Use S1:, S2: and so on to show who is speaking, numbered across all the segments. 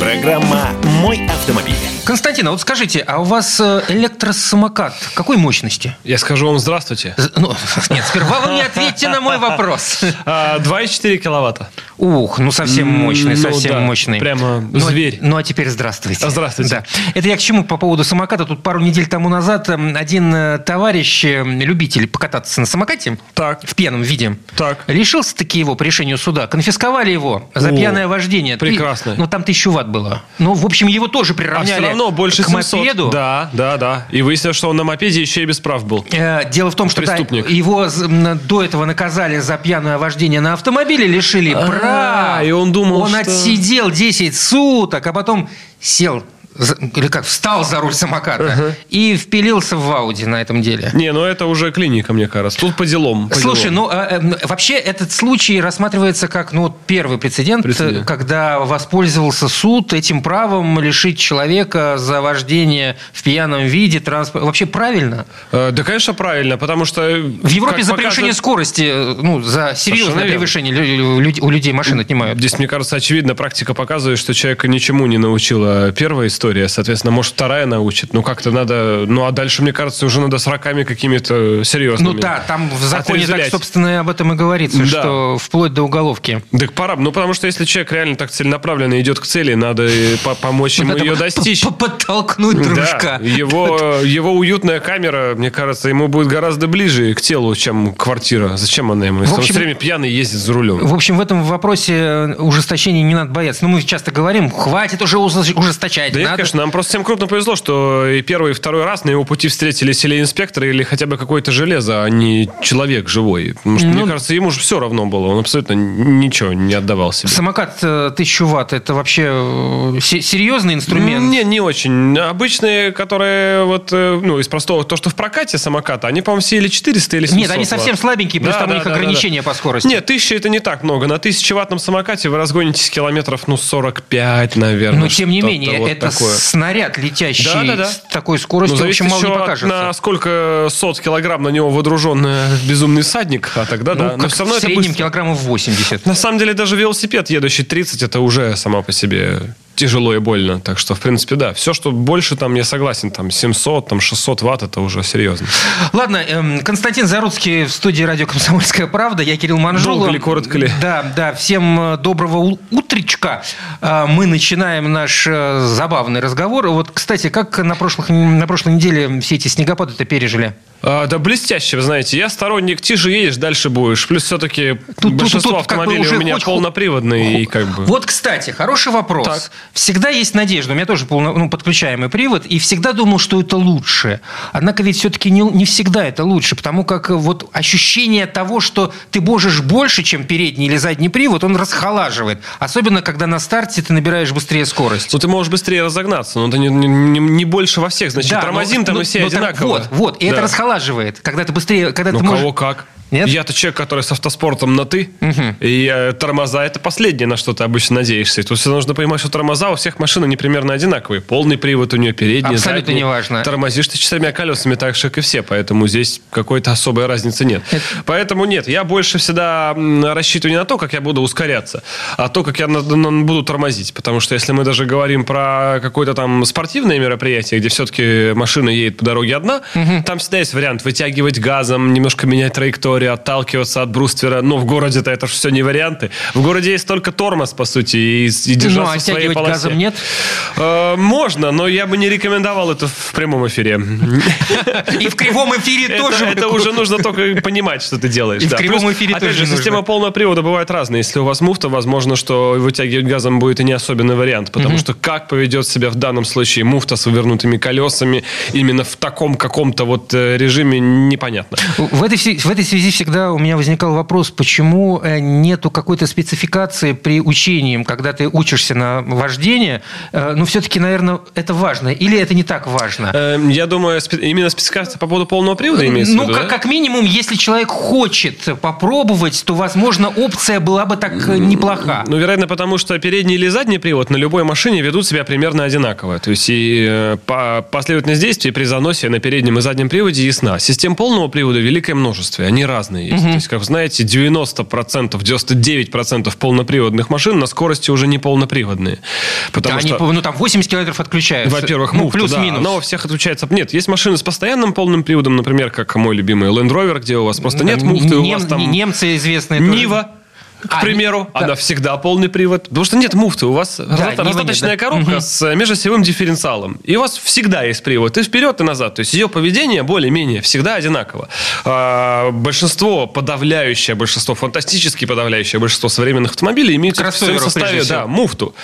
S1: Программа «Мой автомобиль».
S2: Константин, а вот скажите, а у вас э, электросамокат какой мощности?
S3: Я скажу вам здравствуйте.
S2: З- Ну, нет, сперва вы мне ответьте на мой вопрос.
S3: А, 2,4 киловатта.
S2: Ух, ну совсем
S3: М,
S2: мощный,
S3: ну
S2: совсем
S3: да,
S2: мощный.
S3: прямо
S2: Ну, а-
S3: зверь.
S2: Ну а теперь здравствуйте.
S3: А, здравствуйте.
S2: Да. Это я к чему по поводу самоката. Тут пару недель тому назад м, один э, товарищ, э, любитель покататься на самокате,
S3: Так.
S2: в пьяном виде,
S3: Так.
S2: лишился таки его по решению суда. Конфисковали его за
S3: О,
S2: пьяное вождение. Ты-
S3: прекрасно.
S2: Ну там тысячу ватт было. Ну, в общем, его тоже
S3: А
S2: приравняли
S3: все равно больше
S2: к
S3: 700.
S2: мопеду.
S3: Да, да, да. И выяснилось, что он на мопеде еще и без прав был.
S2: Э, Дело в том, что да,
S3: Преступник.
S2: его з- м, до этого наказали за пьяное вождение на автомобиле, лишили
S3: А,
S2: прав.
S3: и он думал,
S2: Он
S3: что-
S2: отсидел 10 суток, а потом сел, за- или как, встал за руль самоката и впилился в Ауди на этом деле.
S3: Не, ну это уже клиника, мне кажется. Тут по делам. по
S2: Слушай,
S3: делам.
S2: ну э, э, вообще этот случай рассматривается как ну, вот первый прецедент,
S3: Прецедент.
S2: э, когда воспользовался суд этим правом лишить человека за вождение в пьяном виде транспорта. Вообще правильно?
S3: Э, Да, конечно, правильно, потому что...
S2: ну-
S3: э,
S2: В Европе за превышение скорости, э, ну, за серьезное
S3: верно.
S2: превышение лю- лю- люд- у людей машин отнимают.
S3: Здесь, мне кажется, очевидно, практика показывает, что человека ничему не научила первая история, соответственно, может, вторая научит. Ну, как-то надо... Ну, а дальше, мне кажется, уже надо с раками какими-то серьезными.
S2: Ну да, там в законе так,
S3: Отрезвлять.
S2: собственно, и об этом и говорится,
S3: Да.
S2: что вплоть до уголовки.
S3: Так пора. бы. Ну, потому что если человек реально так целенаправленно идет к цели, надо и по- помочь ему
S2: Надо
S3: ее
S2: п-
S3: достичь.
S2: п- Подтолкнуть
S3: Да,
S2: дружка.
S3: его, его уютная камера, мне кажется, ему будет гораздо ближе к телу, чем квартира. Зачем она ему? Если
S2: В
S3: он
S2: общем-
S3: все время пьяный ездит за рулем.
S2: В общем, в этом вопросе ужесточения не надо бояться. Ну, мы часто говорим, хватит уже ужес- ужесточать.
S3: Да нет,
S2: надо-
S3: конечно, нам просто всем крупно повезло, что и первый, и второй раз на его пути встретились или инспекторы, или хотя бы какое-то железо, а не человек живой. Потому что, мне
S2: Ну-
S3: кажется, ему же все равно было. Он абсолютно ничего не отдавал себе.
S2: Самокат э, 1000 ватт – это вообще э, се- серьезный инструмент?
S3: Не, не очень. Обычные, которые вот, э, ну, из простого, то, что в прокате самоката, они, по-моему, все или 400, или 700
S2: Нет, они совсем
S3: ватт.
S2: слабенькие, плюс
S3: Да,
S2: там у
S3: да,
S2: них
S3: да, да,
S2: ограничения по скорости.
S3: Нет, 1000 это не так много. На 1000-ваттном самокате вы разгонитесь километров, ну, 45, наверное.
S2: Но тем не
S3: что-то
S2: менее,
S3: вот
S2: это
S3: такое.
S2: снаряд, летящий
S3: Да-да-да.
S2: с такой
S3: Ну,
S2: скоростью, в
S3: зависит
S2: общем, мало
S3: еще
S2: не
S3: от-
S2: покажется.
S3: на сколько сот килограмм на него водружен э, безумный всадник, а тогда да.
S2: Ну, как
S3: все равно
S2: в
S3: это
S2: среднем
S3: быстро.
S2: килограммов 80.
S3: На самом деле даже велосипед, едущий 30, это уже сама по себе тяжело и больно. Так что, в принципе, да. Все, что больше, там, я согласен, там, 700, там, 600 ватт, это уже серьезно.
S2: Ладно, эм, Константин Заруцкий в студии радио «Комсомольская правда». Я Кирилл Манжула.
S3: Долго ли, коротко ли?
S2: Да, да. Всем э, доброго у- утречка. Э, Мы начинаем наш э, забавный разговор. Вот, кстати, как на, прошлых, на прошлой неделе все эти снегопады-то пережили?
S3: А, да блестяще, вы знаете. Я сторонник, тише едешь, дальше будешь. Плюс все-таки
S2: Ну, тут,
S3: большинство
S2: тут, как бы
S3: автомобилей
S2: уже
S3: у меня
S2: хоть-
S3: полноприводные и как бы...
S2: Вот, кстати, хороший вопрос.
S3: Так.
S2: Всегда есть надежда. У меня тоже полно- ну, подключаемый привод. И всегда думал, что это лучше. Однако ведь все-таки не, не всегда это лучше. Потому как э, вот ощущение того, что ты можешь больше, чем передний или задний привод, он расхолаживает. Особенно, когда на старте ты набираешь быстрее скорость.
S3: Ну, ты можешь быстрее разогнаться, но ты не, не- не- не больше во всех. Значит,
S2: Да, ну,
S3: тормозим
S2: но-
S3: там
S2: но-
S3: и все
S2: но так-
S3: одинаково.
S2: Вот, вот. И это
S3: Да.
S2: расхолаживает. Когда ты быстрее... Когда
S3: Ну,
S2: ты можешь-
S3: кого как.
S2: Нет?
S3: Я-то человек, который с автоспортом на «ты», и э, тормоза – это последнее, на что ты обычно надеешься. И тут всё нужно понимать, что тормоза у всех машин они примерно одинаковые. Полный привод у нее, передний,
S2: Абсолютно
S3: задний.
S2: неважно.
S3: Тормозишь ты четырьмя колесами так же, как и все, поэтому здесь какой-то особой разницы нет. Поэтому нет, я больше всегда м, рассчитываю не на то, как я буду ускоряться, а то, как я на- на- буду тормозить. Потому что если мы даже говорим про какое-то там спортивное мероприятие, где все-таки машина едет по дороге одна, там всегда есть вариант вытягивать газом, немножко менять траекторию, отталкиваться от бруствера. Но в городе-то это все не варианты. В городе есть только тормоз, по сути, и,
S2: Ну,
S3: и держаться
S2: а
S3: в своей
S2: оттягивать
S3: полосе.
S2: газом нет?
S3: Э, Можно, но я бы не рекомендовал это в прямом эфире.
S2: И в кривом эфире
S3: Это,
S2: тоже.
S3: это уже нужно только понимать, что ты делаешь.
S2: И в
S3: да.
S2: кривом
S3: Плюс,
S2: эфире
S3: опять
S2: тоже
S3: же,
S2: нужно.
S3: система полного привода бывает разная. Если у вас муфта, возможно, что вытягивать газом будет и не особенный вариант, потому что как поведет себя в данном случае муфта с вывернутыми колесами именно в таком каком-то вот э, режиме, непонятно.
S2: В этой, все- в этой связи всегда у меня возникал вопрос, почему э, нету какой-то спецификации при учении, когда ты учишься на вождение. Э, Ну, все-таки, наверное, это важно. Или это не так важно?
S3: Э, Я думаю, спе- именно спецификация по поводу полного привода имеется в
S2: Ну,
S3: виду,
S2: как,
S3: да?
S2: как минимум, если человек хочет попробовать, то, возможно, опция была бы так э, неплоха.
S3: Ну, вероятно, потому что передний или задний привод на любой машине ведут себя примерно одинаково. То есть и э, по последовательность действий при заносе на переднем и заднем приводе ясна. Систем полного привода великое множество, и они разные есть. То есть, как вы знаете, 90%, 99% полноприводных машин на скорости уже не полноприводные. Потому
S2: Да, они,
S3: что...
S2: ну там 80 километров отключаются.
S3: Во-первых,
S2: ну,
S3: муфта, да,
S2: плюс-минус.
S3: Она у всех отличается. Нет, есть машины с постоянным полным приводом, например, как мой любимый Land Rover, где у вас просто нет
S2: Там
S3: муфты, у
S2: нем-
S3: вас там
S2: Немцы известные. тоже.
S3: Нива, к
S2: А,
S3: примеру,
S2: да.
S3: она всегда полный привод. Потому что нет муфты, у вас разда-
S2: Нивы нет,
S3: раздаточная
S2: да.
S3: коробка с межосевым дифференциалом. И у вас всегда есть привод и вперед, и назад. То есть ее поведение более-менее всегда одинаково. А, большинство, подавляющее большинство, фантастически подавляющее большинство современных автомобилей имеют в своем
S2: Кроссоверов, прежде
S3: составе
S2: всего.
S3: да, муфту.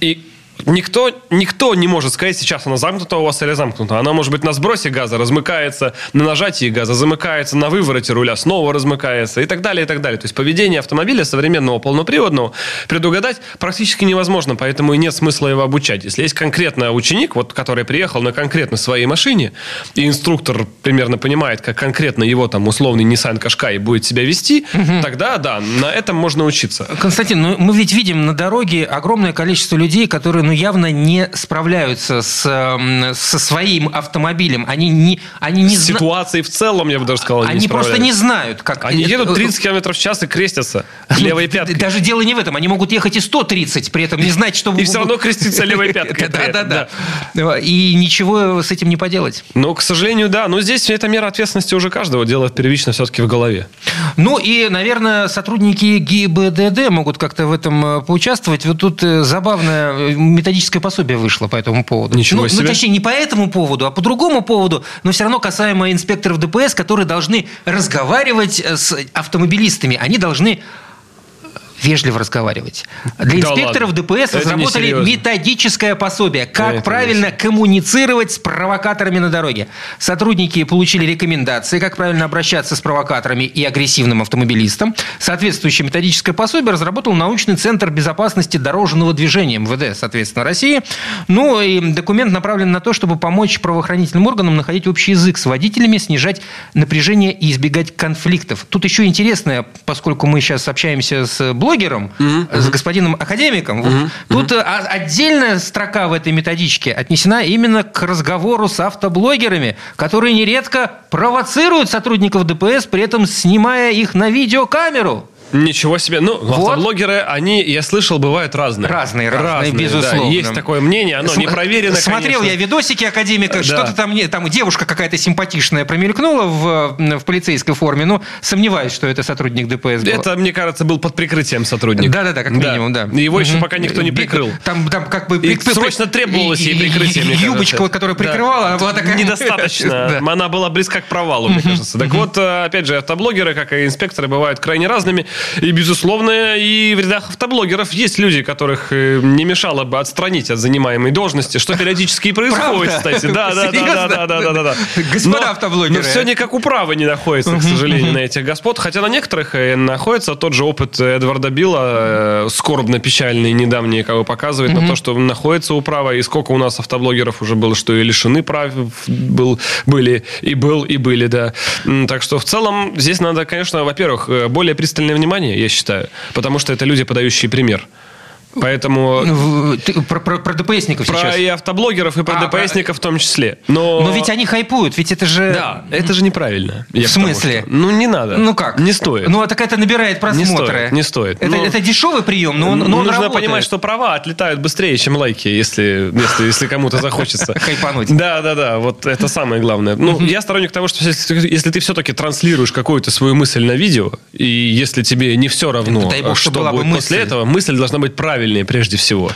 S3: И Никто, никто не может сказать, сейчас она замкнута у вас или замкнута. Она может быть на сбросе газа размыкается, на нажатии газа замыкается, на вывороте руля снова размыкается и так далее, и так далее. То есть поведение автомобиля современного полноприводного предугадать практически невозможно, поэтому и нет смысла его обучать. Если есть конкретно ученик, вот, который приехал на конкретно своей машине, и инструктор примерно понимает, как конкретно его там условный Nissan Qashqai будет себя вести, тогда да, на этом можно учиться.
S2: Константин, ну мы ведь видим на дороге огромное количество людей, которые ну, явно не справляются с, эм, со своим автомобилем. Они не, они не
S3: С
S2: зна-
S3: ситуацией в целом, я бы даже сказал,
S2: Они просто
S3: справляются.
S2: не знают, как...
S3: Они
S2: э,
S3: едут
S2: э,
S3: 30 км в час и крестятся.
S2: ну,
S3: Левой пяткой.
S2: Даже дело не в этом. Они могут ехать и 130, при этом не знать, что...
S3: И все равно креститься левой пяткой. при этом,
S2: Да-да-да. И ничего с этим не поделать.
S3: Но, к сожалению, да. Но здесь эта мера ответственности уже каждого. Дело первично все-таки в голове.
S2: Ну и, наверное, сотрудники ГИБДД могут как-то в этом э, поучаствовать. Вот тут э, забавное э, методическое пособие вышло по этому поводу.
S3: Ничего
S2: ну,
S3: себе.
S2: ну, точнее, не по этому поводу, а по другому поводу, но все равно касаемо инспекторов ДПС, которые должны разговаривать э, с автомобилистами. Они должны э, вежливо разговаривать. Для
S3: Да
S2: инспекторов
S3: ладно.
S2: ДПС
S3: Это
S2: разработали
S3: несерьезно.
S2: методическое пособие, как
S3: Это
S2: правильно коммуницировать с провокаторами на дороге. Сотрудники получили рекомендации, как правильно обращаться с провокаторами и агрессивным автомобилистом. Соответствующее методическое пособие разработал научный центр безопасности дорожного движения МВД, соответственно, России. Ну и документ направлен на то, чтобы помочь правоохранительным органам находить общий язык с водителями, снижать напряжение и избегать конфликтов. Тут еще интересное, поскольку мы сейчас общаемся с блогером, э, с господином академиком, вот, тут э, а- отдельная строка в этой методичке отнесена именно к разговору с автоблогерами, которые нередко провоцируют сотрудников ДПС, при этом снимая их на видеокамеру.
S3: Ничего себе. Ну,
S2: Вот.
S3: автоблогеры, они, я слышал, бывают разные.
S2: Разные, разные,
S3: да.
S2: безусловно.
S3: Есть такое мнение, оно
S2: См-
S3: не проверено,
S2: Смотрел
S3: конечно.
S2: я видосики академика,
S3: Э, Да.
S2: что-то там, не- там девушка какая-то симпатичная промелькнула в, э, в полицейской форме, но сомневаюсь, что это сотрудник ДПС был.
S3: Это, мне кажется, был под прикрытием сотрудник.
S2: Да-да-да, как минимум, да.
S3: Его еще
S2: Мгм. Э,
S3: пока никто не прикрыл.
S2: Там, там как бы...
S3: И срочно требовалось ей прикрытие, мне
S2: Юбочка,
S3: кажется.
S2: вот, которая
S3: Да.
S2: прикрывала, она была такая...
S3: Недостаточно.
S2: Да.
S3: Она была близка к провалу, мне кажется. Так вот, э, опять же, автоблогеры, как и инспекторы, бывают крайне разными. И, безусловно, и в рядах автоблогеров есть люди, которых э, не мешало бы отстранить от занимаемой должности, что периодически и происходит,
S2: Правда?
S3: кстати. Да, да, да,
S2: Серьезно?
S3: да, да, да, да, да.
S2: Господа
S3: Но-
S2: автоблогеры.
S3: Но все никак управа не находится, к сожалению, на этих господ. Хотя на некоторых э, находится тот же опыт Эдварда Билла, э, скорбно печальный, недавний, кого показывает, на то, что находится управа, и сколько у нас автоблогеров уже было, что и лишены прав был, были, и был, и были, да. М, Так что в целом здесь надо, конечно, во-первых, э, более пристальное внимание, я считаю, потому что это люди, подающие пример. Поэтому
S2: Ну, в- ты Про, про- про ДПСников
S3: про
S2: сейчас.
S3: и автоблогеров, и про
S2: А,
S3: ДПСников в том числе. Но,
S2: Но ведь они хайпуют, ведь это же...
S3: да, это же неправильно. Я
S2: Э, В
S3: к тому,
S2: смысле?
S3: что- Ну, не надо.
S2: Ну как?
S3: Не стоит.
S2: Ну, а так это набирает просмотры.
S3: стоит, не стоит.
S2: Это,
S3: Ну,
S2: это дешевый прием, но ну, он, но он
S3: Нужно
S2: работает.
S3: понимать, что права отлетают быстрее, чем лайки, если, если, если кому-то захочется.
S2: Хайпануть.
S3: Да, да, да. Вот это самое главное. Ну, я сторонник того, что если, ты- если ты все-таки транслируешь какую-то свою мысль на видео, и если тебе не все равно, э,
S2: Дай бог,
S3: что
S2: чтобы была бы
S3: будет после
S2: мысль.
S3: этого, мысль должна быть правильной прежде всего.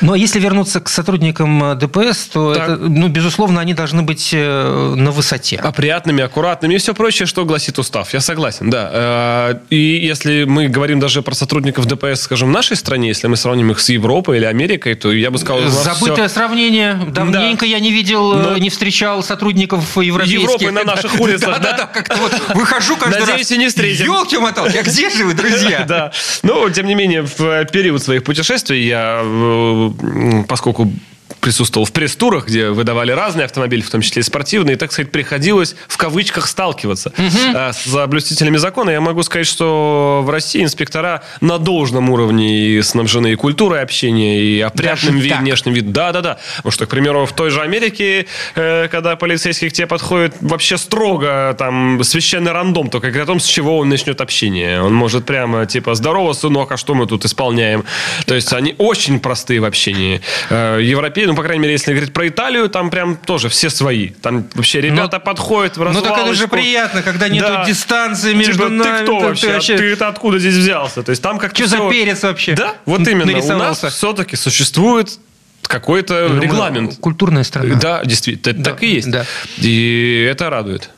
S2: Но если вернуться к сотрудникам э, ДПС, то,
S3: Так.
S2: это, ну, безусловно, они должны быть э, на высоте.
S3: опрятными, аккуратными и все прочее, что гласит устав. Я согласен, да. Э, И если мы говорим даже про сотрудников ДПС, скажем, в нашей стране, если мы сравним их с Европой или Америкой, то я бы сказал, у нас
S2: Забытое
S3: всё-
S2: сравнение. Давненько я не видел, э,
S3: Но-
S2: не встречал сотрудников европейских.
S3: Европы на наших улицах, да?
S2: Да, да, как-то вот выхожу каждый раз.
S3: Надеюсь, и не встретим.
S2: Елки-моталки, а где же вы, друзья?
S3: Да. Но, тем не менее, в э, период своих путешествий я, э, м, поскольку присутствовал в пресс-турах, где выдавали разные автомобили, в том числе и спортивные, и, так сказать, приходилось в кавычках сталкиваться э, с блюстителями закона. Я могу сказать, что в России инспектора на должном уровне и снабжены и культурой общения, и опрятным
S2: Даже
S3: видом,
S2: так?
S3: внешним видом. Да-да-да. Потому что, к примеру, в той же Америке, э, когда полицейский к тебе подходит, вообще строго там священный рандом, только говорит о том, с чего он начнет общение. Он может прямо типа «Здорово, сынок, а что мы тут исполняем?» То есть они очень простые в общении. Э, Европей, ну, по крайней мере, если говорить про Италию, там прям тоже все свои. Там вообще ребята подходят в
S2: Ну так это же
S3: развалочку.
S2: приятно, когда нету
S3: Да.
S2: дистанции
S3: Типа,
S2: между нами.
S3: ты кто
S2: так ты
S3: вообще?
S2: вообще-
S3: Ты это откуда здесь взялся? То есть там как-то
S2: Чё за
S3: всё-
S2: перец вообще?
S3: Да, вот именно. У нас
S2: Нарисовался.
S3: все-таки существует какой-то
S2: Ну, мы
S3: регламент.
S2: Культурная страна.
S3: Да, действительно, это
S2: Да,
S3: так и есть.
S2: да.
S3: И это радует.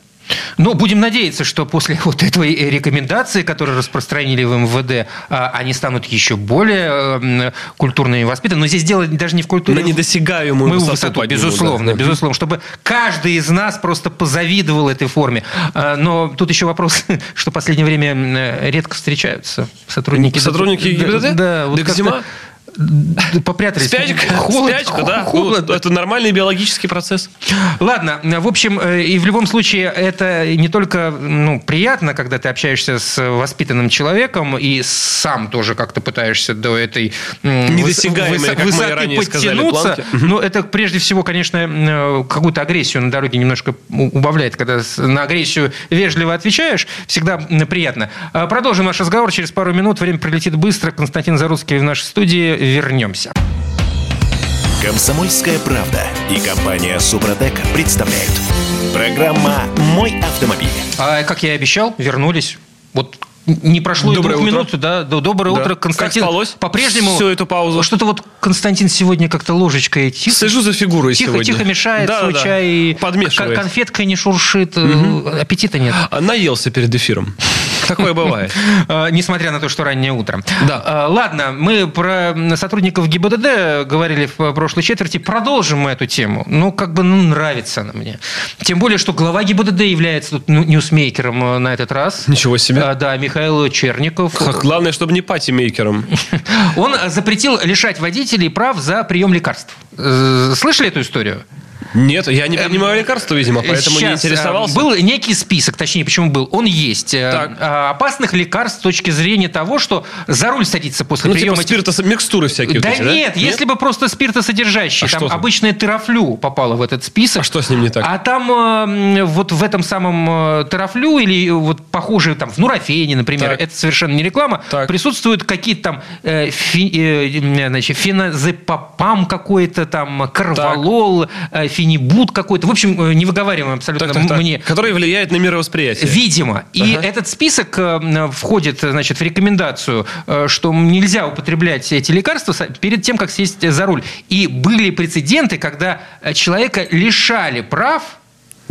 S2: Но будем надеяться, что после вот этой э, рекомендации, которую распространили в МВД, а, они станут еще более эм, культурными и воспитанными. Но здесь дело даже не в культуре.
S3: На недосягаемую
S2: мы
S3: высоту
S2: высоту,
S3: поднимут,
S2: безусловно,
S3: да.
S2: безусловно, чтобы каждый из нас просто позавидовал этой форме. А, Но тут еще вопрос, что в последнее время э, редко встречаются сотрудники.
S3: Сотрудники ГИБДД?
S2: Да, вот
S3: Да
S2: как-то
S3: зима?
S2: д- попрятались.
S3: Спячка,
S2: Холод,
S3: спячка, да. Ну,
S2: холодно.
S3: это нормальный биологический процесс.
S2: Ладно, в общем, э, и в любом случае это не только ну, приятно, когда ты общаешься с воспитанным человеком и сам тоже как-то пытаешься до этой м,
S3: Недосягаемой,
S2: высо-
S3: как мы
S2: высоты
S3: ранее сказали,
S2: подтянуться.
S3: планки.
S2: но это прежде всего, конечно, э, какую-то агрессию на дороге немножко у- убавляет, когда с- на агрессию вежливо отвечаешь, всегда м, приятно. Э, Продолжим наш разговор через пару минут. Время пролетит быстро. Константин Заруцкий в нашей студии. Вернемся.
S1: Комсомольская правда и компания Супротек представляют. Программа «Мой автомобиль».
S2: А, как я и обещал, вернулись. Вот не прошло
S3: Доброе
S2: и двух
S3: утро.
S2: минут, да, да, доброе
S3: Да.
S2: утро, Константин.
S3: Как спалось?
S2: По-прежнему
S3: Всю эту паузу.
S2: Что-то вот Константин сегодня как-то ложечкой тихо,
S3: Сижу за фигурой
S2: тихо,
S3: сегодня.
S2: тихо мешает
S3: Да,
S2: свой
S3: да, да.
S2: чай, и
S3: Подмешивает.
S2: кон- конфеткой не шуршит, э, аппетита нет.
S3: А, Наелся перед эфиром. Такое бывает.
S2: Э, Несмотря на то, что раннее утро.
S3: Да.
S2: Э, Ладно, мы про м, сотрудников ГИБДД говорили в прошлой четверти. Продолжим мы эту тему. Ну, как бы, ну, нравится она мне. Тем более, что глава ГИБДД является тут ну, ньюсмейкером э, на этот раз.
S3: Ничего себе.
S2: А, Да, Михаил Черников.
S3: Главное, чтобы не патимейкером.
S2: Он запретил лишать водителей прав за прием лекарств. Э, Слышали эту историю?
S3: Нет, я не принимаю лекарства, видимо, поэтому не
S2: Сейчас, э,
S3: интересовался.
S2: Эм, Был некий список, точнее, почему был. Он есть. Э,
S3: Так.
S2: э, Опасных лекарств с точки зрения того, что за руль садиться после
S3: Ну,
S2: приема...
S3: типа
S2: этих-
S3: спирта, микстуры всякие.
S2: Да
S3: вот эти,
S2: нет, если бы просто спиртосодержащий,
S3: А
S2: там
S3: что там?
S2: обычное терафлю попало в этот список.
S3: А что с ним не так?
S2: А там э, м, вот в этом самом э, терафлю или вот похожие там в нурофене, например,
S3: Так.
S2: это совершенно не реклама,
S3: Так.
S2: присутствуют какие-то там э, фи- э, м, значит, феназепапам какой-то там, карвалол, э, фенибут какой-то. В общем, э, не выговариваем абсолютно
S3: Ну, Так, так, так.
S2: мне.
S3: Который влияет на мировосприятие.
S2: Видимо. И
S3: Ага.
S2: этот список э, м, входит, э, значит, в рекомендацию, э, что нельзя употреблять эти лекарства со- перед тем, как сесть э, за руль. И были прецеденты, когда э, человека лишали прав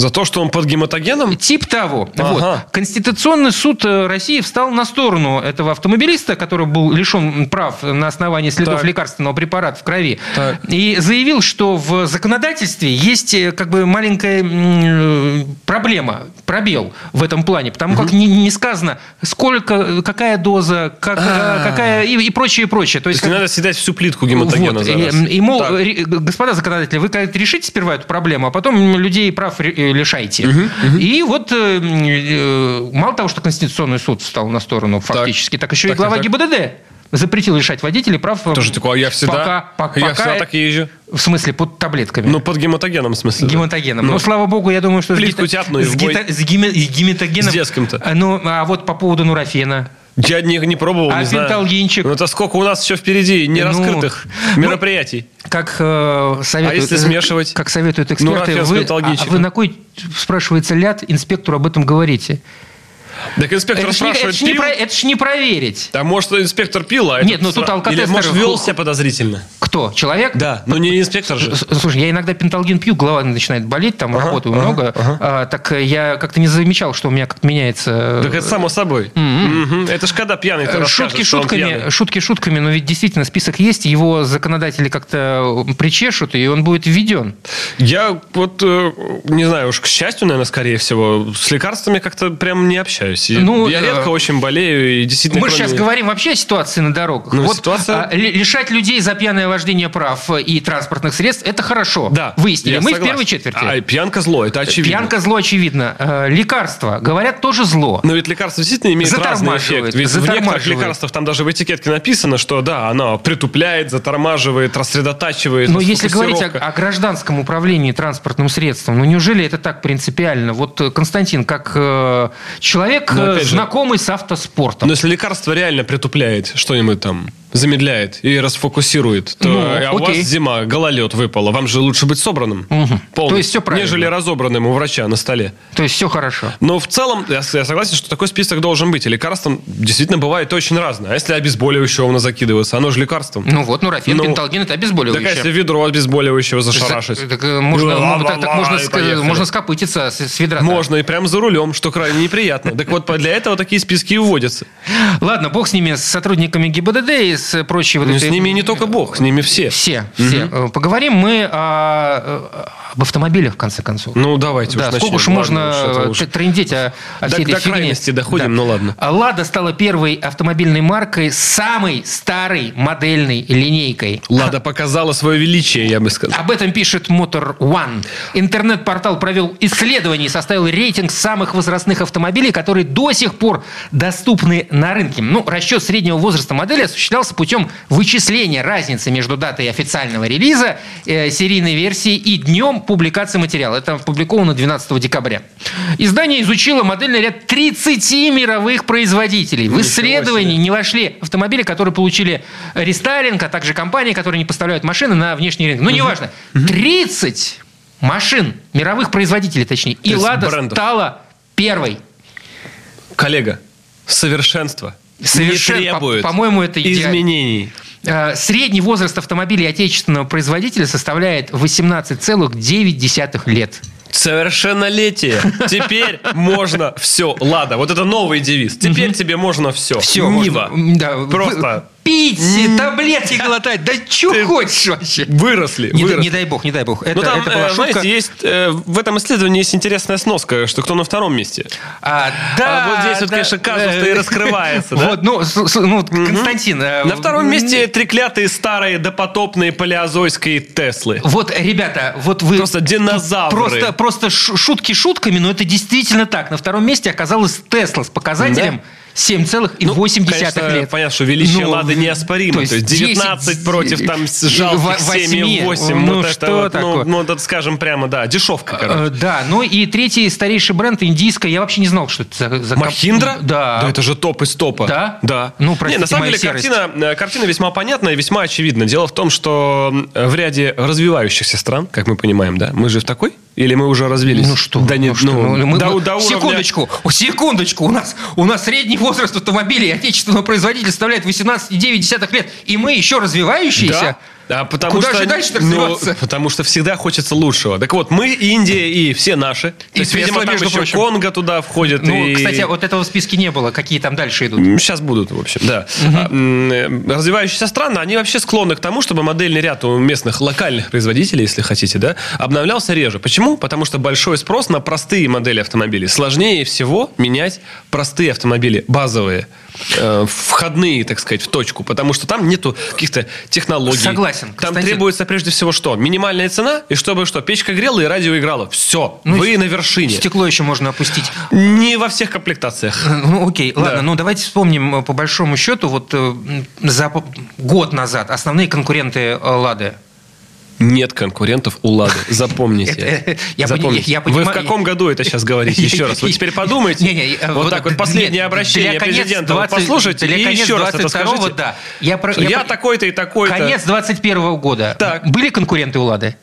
S3: За то, что он под гематогеном?
S2: Тип того.
S3: Ага.
S2: Вот. Конституционный суд э, России встал на сторону этого автомобилиста, который был лишен прав на основании следов
S3: Так.
S2: лекарственного препарата в крови,
S3: Так.
S2: и заявил, что в законодательстве есть э, как бы маленькая м, э, проблема, пробел в этом плане, потому как не, не сказано, сколько, какая доза, как, э,
S3: А.
S2: какая и, и прочее, и прочее. То
S3: То
S2: есть,
S3: есть не
S2: как-
S3: надо съедать всю плитку гематогена
S2: вот,
S3: за
S2: и,
S3: раз.
S2: м, и, мол,
S3: Так.
S2: ре- господа законодатели, вы как-то решите сперва эту проблему, а потом людей прав ре- э, лишайте. И вот э, м, э, мало того, что Конституционный суд встал на сторону фактически, так, еще и
S3: Так, так,
S2: глава
S3: так.
S2: ГИБДД запретил лишать водителей прав. э,
S3: Тоже такое, а я всегда,
S2: Пока, по-
S3: я
S2: пока э,
S3: всегда так и езжу.
S2: В смысле, под таблетками.
S3: Ну, под гематогеном, в смысле. да.
S2: гематогеном. Ну,
S3: Ну.
S2: слава богу, я думаю, что с,
S3: Плитку
S2: гита-
S3: тяпну и
S2: с
S3: в бой.
S2: гита- с гиме- с гематогеном...
S3: С детским-то.
S2: А, Ну, а вот по поводу нурофена.
S3: Я не, не пробовал,
S2: А
S3: не знаю.
S2: пенталгинчик?
S3: Ну, это сколько у нас еще впереди нераскрытых
S2: Ну,
S3: мероприятий.
S2: Как э, советуют,
S3: А если смешивать?
S2: Как советуют
S3: Ну,
S2: эксперты,
S3: рафия с
S2: вы, а,
S3: бенталгинчиком.
S2: вы на кой, спрашивается, ляд инспектору об этом говорите?
S3: Так инспектор
S2: Это ж не, это
S3: спрашивает,
S2: ж не
S3: пил?
S2: про- это ж не проверить.
S3: А может, инспектор пил, а
S2: Нет,
S3: этот
S2: ну, тут
S3: сра-
S2: алкотестеры-
S3: Или, может, вел себя подозрительно.
S2: Кто? Человек? Э,
S3: Да, но не инспектор же.
S2: С- Слушай, я иногда пенталгин пью, голова начинает болеть, там работаю
S3: ага,
S2: много.
S3: ага.
S2: А, так э, я как-то не замечал, что у меня как-то меняется. э,
S3: Так это само собой. Мгм. Это ж когда пьяный ты
S2: э, М-м. Шутки
S3: расскажешь, что он
S2: шутками,
S3: пьяный.
S2: шутки шутками, но ведь действительно список есть, его законодатели как-то э, причешут, и он будет введен.
S3: Я вот, э, не знаю, уж к счастью, наверное, скорее всего, с лекарствами как-то прям не катаюсь. И
S2: Ну,
S3: я
S2: э,
S3: редко очень болею и действительно...
S2: Мы же
S3: кроме-
S2: сейчас говорим вообще о ситуации на дорогах.
S3: Ну,
S2: вот
S3: ситуация-
S2: а, ли- лишать людей за пьяное вождение прав э, и транспортных средств это хорошо.
S3: Да.
S2: Выяснили.
S3: я
S2: Мы в
S3: согласен.
S2: первой четверти.
S3: А, и пьянка зло, это очевидно.
S2: Пьянка зло, очевидно. Э, Лекарства, говорят, тоже зло.
S3: Но ведь лекарства действительно имеют разный
S2: Затормаживает,
S3: эффект. Ведь в некоторых
S2: затормаживает.
S3: лекарствах там даже в этикетке написано, что да, оно притупляет, затормаживает, рассредотачивает.
S2: Но если говорить о,
S3: расфокусировка.
S2: о гражданском управлении транспортным средством, ну неужели это так принципиально? Вот э, Константин, как э, человек,
S3: Ну,
S2: э,
S3: опять же- ну,
S2: знакомый с автоспортом.
S3: Но если лекарство реально притупляет что-нибудь там, замедляет и расфокусирует, то
S2: Ну,
S3: а у вас
S2: окей.
S3: зима, гололед выпало, вам же лучше быть собранным.
S2: Мгм.
S3: полным,
S2: То есть всё правильно.
S3: Нежели разобранным у врача на столе.
S2: То есть все хорошо.
S3: Но в целом, я, с- я согласен, что такой список должен быть. И лекарством действительно бывает очень разное. А если обезболивающего на закидывается, оно же лекарством.
S2: Ну вот, ну рафин,
S3: Ну,
S2: пенталгин это
S3: Так а если
S2: обезболивающее.
S3: ведро обезболивающего зашарашить?
S2: Так, э, можно,
S3: Ну,
S2: ну, так- так
S3: ла-ла-ла,
S2: можно,
S3: и
S2: ск-
S3: поехали.
S2: можно скопытиться с, с ведра.
S3: Можно и прям за рулем, что крайне неприятно. Так вот, для этого такие списки и вводятся.
S2: Ладно, бог с ними, с сотрудниками ГИБДД и с прочей вот
S3: Но Ну, с
S2: этой-
S3: ними не только бог, с ними все.
S2: Все, все. Э, Поговорим мы о- э, об автомобилях, в конце концов.
S3: Ну, давайте
S2: Да,
S3: уж начнем.
S2: сколько уж
S3: Ладно,
S2: можно
S3: уж это
S2: э,
S3: уж.
S2: т- трындеть о, о
S3: До-
S2: всей этой
S3: до
S2: фигне?
S3: крайности доходим, ну ладно.
S2: А «Лада» стала первой автомобильной маркой с самой старой модельной линейкой.
S3: Лада показала свое величие, я бы сказал.
S2: Об этом пишет Motor One. Интернет-портал провел исследование и составил рейтинг самых возрастных автомобилей, которые до сих пор доступны на рынке. Ну, расчет среднего возраста модели осуществлялся путем вычисления разницы между датой официального релиза э, серийной версии и днем публикации материала. Это опубликовано 12 декабря. Издание изучило модельный ряд 30 мировых производителей. В исследовании не вошли автомобили, которые получили рестайлинг, а также компании, которые не поставляют машины на внешний рынок. Ну, неважно. 30 машин, мировых производителей точнее. И
S3: 30
S2: «Лада»
S3: брендов.
S2: стала первой.
S3: Коллега, совершенство
S2: Совершен-
S3: не требует
S2: по- по-моему, это идеально.
S3: изменений.
S2: Э, Средний возраст автомобилей отечественного производителя составляет 18,9 лет.
S3: Совершеннолетие. Теперь можно все. Лада, вот это новый девиз. Теперь тебе можно все.
S2: Все,
S3: Нива.
S2: Просто.
S3: Просто.
S2: Пить, таблетки глотать, да что хочешь вообще.
S3: Выросли.
S2: Не, дай-
S3: выросли.
S2: не дай бог, не дай бог. Это,
S3: Ну там,
S2: это была
S3: э,
S2: шутка.
S3: знаете, есть э, в этом исследовании есть интересная сноска, что кто на втором месте.
S2: А,
S3: А вот здесь вот, конечно, казус-то и раскрывается, да?
S2: Вот, ну, с- с- ну, Константин. э,
S3: На втором
S2: м,
S3: месте треклятые старые допотопные палеозойские Теслы.
S2: Вот, ребята, вот вы...
S3: Просто динозавры.
S2: Просто, просто ш- шутки шутками, но это действительно так. На втором месте оказалась Тесла с показателем
S3: Да.
S2: 7,8
S3: Ну, конечно,
S2: лет.
S3: Понятно, что величие
S2: Ну,
S3: Лады неоспоримо. То
S2: то
S3: есть,
S2: есть
S3: 19
S2: 10,
S3: против там с
S2: во-
S3: жалких
S2: восьми.
S3: 7,8.
S2: Ну,
S3: вот это
S2: что
S3: вот, ну,
S2: такое?
S3: ну, это, скажем прямо, да, дешевка, короче.
S2: Э, Да, ну и третий старейший бренд индийская. Я вообще не знал, что это за... за комп-
S3: Махиндра?
S2: Да.
S3: Да это же топ из топа.
S2: Да?
S3: Да.
S2: Ну, простите
S3: Не, на самом
S2: мою
S3: деле
S2: серость.
S3: картина, э, картина весьма понятна и весьма очевидна. Дело в том, что м, в ряде развивающихся стран, как мы понимаем, да, мы же в такой? Или мы уже развились?
S2: Ну что?
S3: Да нет,
S2: ну, что,
S3: ну,
S2: ну, мы-
S3: до-
S2: мы-
S3: до уровня-
S2: секундочку, о, секундочку, у нас, у нас средний возраст автомобилей отечественного производителя составляет 18,9 лет, и мы еще развивающиеся.
S3: Да, а потому
S2: Куда
S3: что,
S2: же дальше
S3: ну,
S2: развиваться?
S3: потому что всегда хочется лучшего. Так вот, мы, Индия и все наши. То
S2: И
S3: есть, видимо,
S2: Тесла,
S3: там
S2: между
S3: еще
S2: прочим.
S3: Конго туда входит.
S2: Ну,
S3: и-
S2: кстати, вот этого в списке не было, какие там дальше идут.
S3: Сейчас будут, в общем, да. А, м, развивающиеся страны, они вообще склонны к тому, чтобы модельный ряд у местных локальных производителей, если хотите, да, обновлялся реже. Почему? Потому что большой спрос на простые модели автомобилей. Сложнее всего менять простые автомобили, базовые, э, входные, так сказать, в точку, потому что там нету каких-то технологий.
S2: Согласен,
S3: Там
S2: Константин.
S3: требуется прежде всего что? Минимальная цена, и чтобы что? Печка грела и радио играло. Все,
S2: Ну,
S3: вы
S2: и
S3: на вершине.
S2: Стекло еще можно опустить.
S3: Не во всех комплектациях.
S2: Ну, окей, ладно, ну давайте вспомним э, по большому счету, вот э, м, за по- год назад основные конкуренты э, Лады.
S3: Нет конкурентов у Лады.
S2: Это, э,
S3: Запомните.
S2: я пони-
S3: Запомните.
S2: я
S3: Вы
S2: понимаю-
S3: в каком году это сейчас говорите? Еще раз. Вы теперь подумайте.
S2: Не-не, э,
S3: Вот так вот
S2: нет,
S3: последнее обращение
S2: для конец
S3: президента. вы
S2: 20
S3: Послушайте
S2: для
S3: и
S2: конец
S3: еще раз это
S2: 22-го,
S3: скажите.
S2: да. Я, про-
S3: Что Я
S2: про-
S3: такой-то и такой-то.
S2: Конец 21 года.
S3: Так.
S2: Были конкуренты у Лады?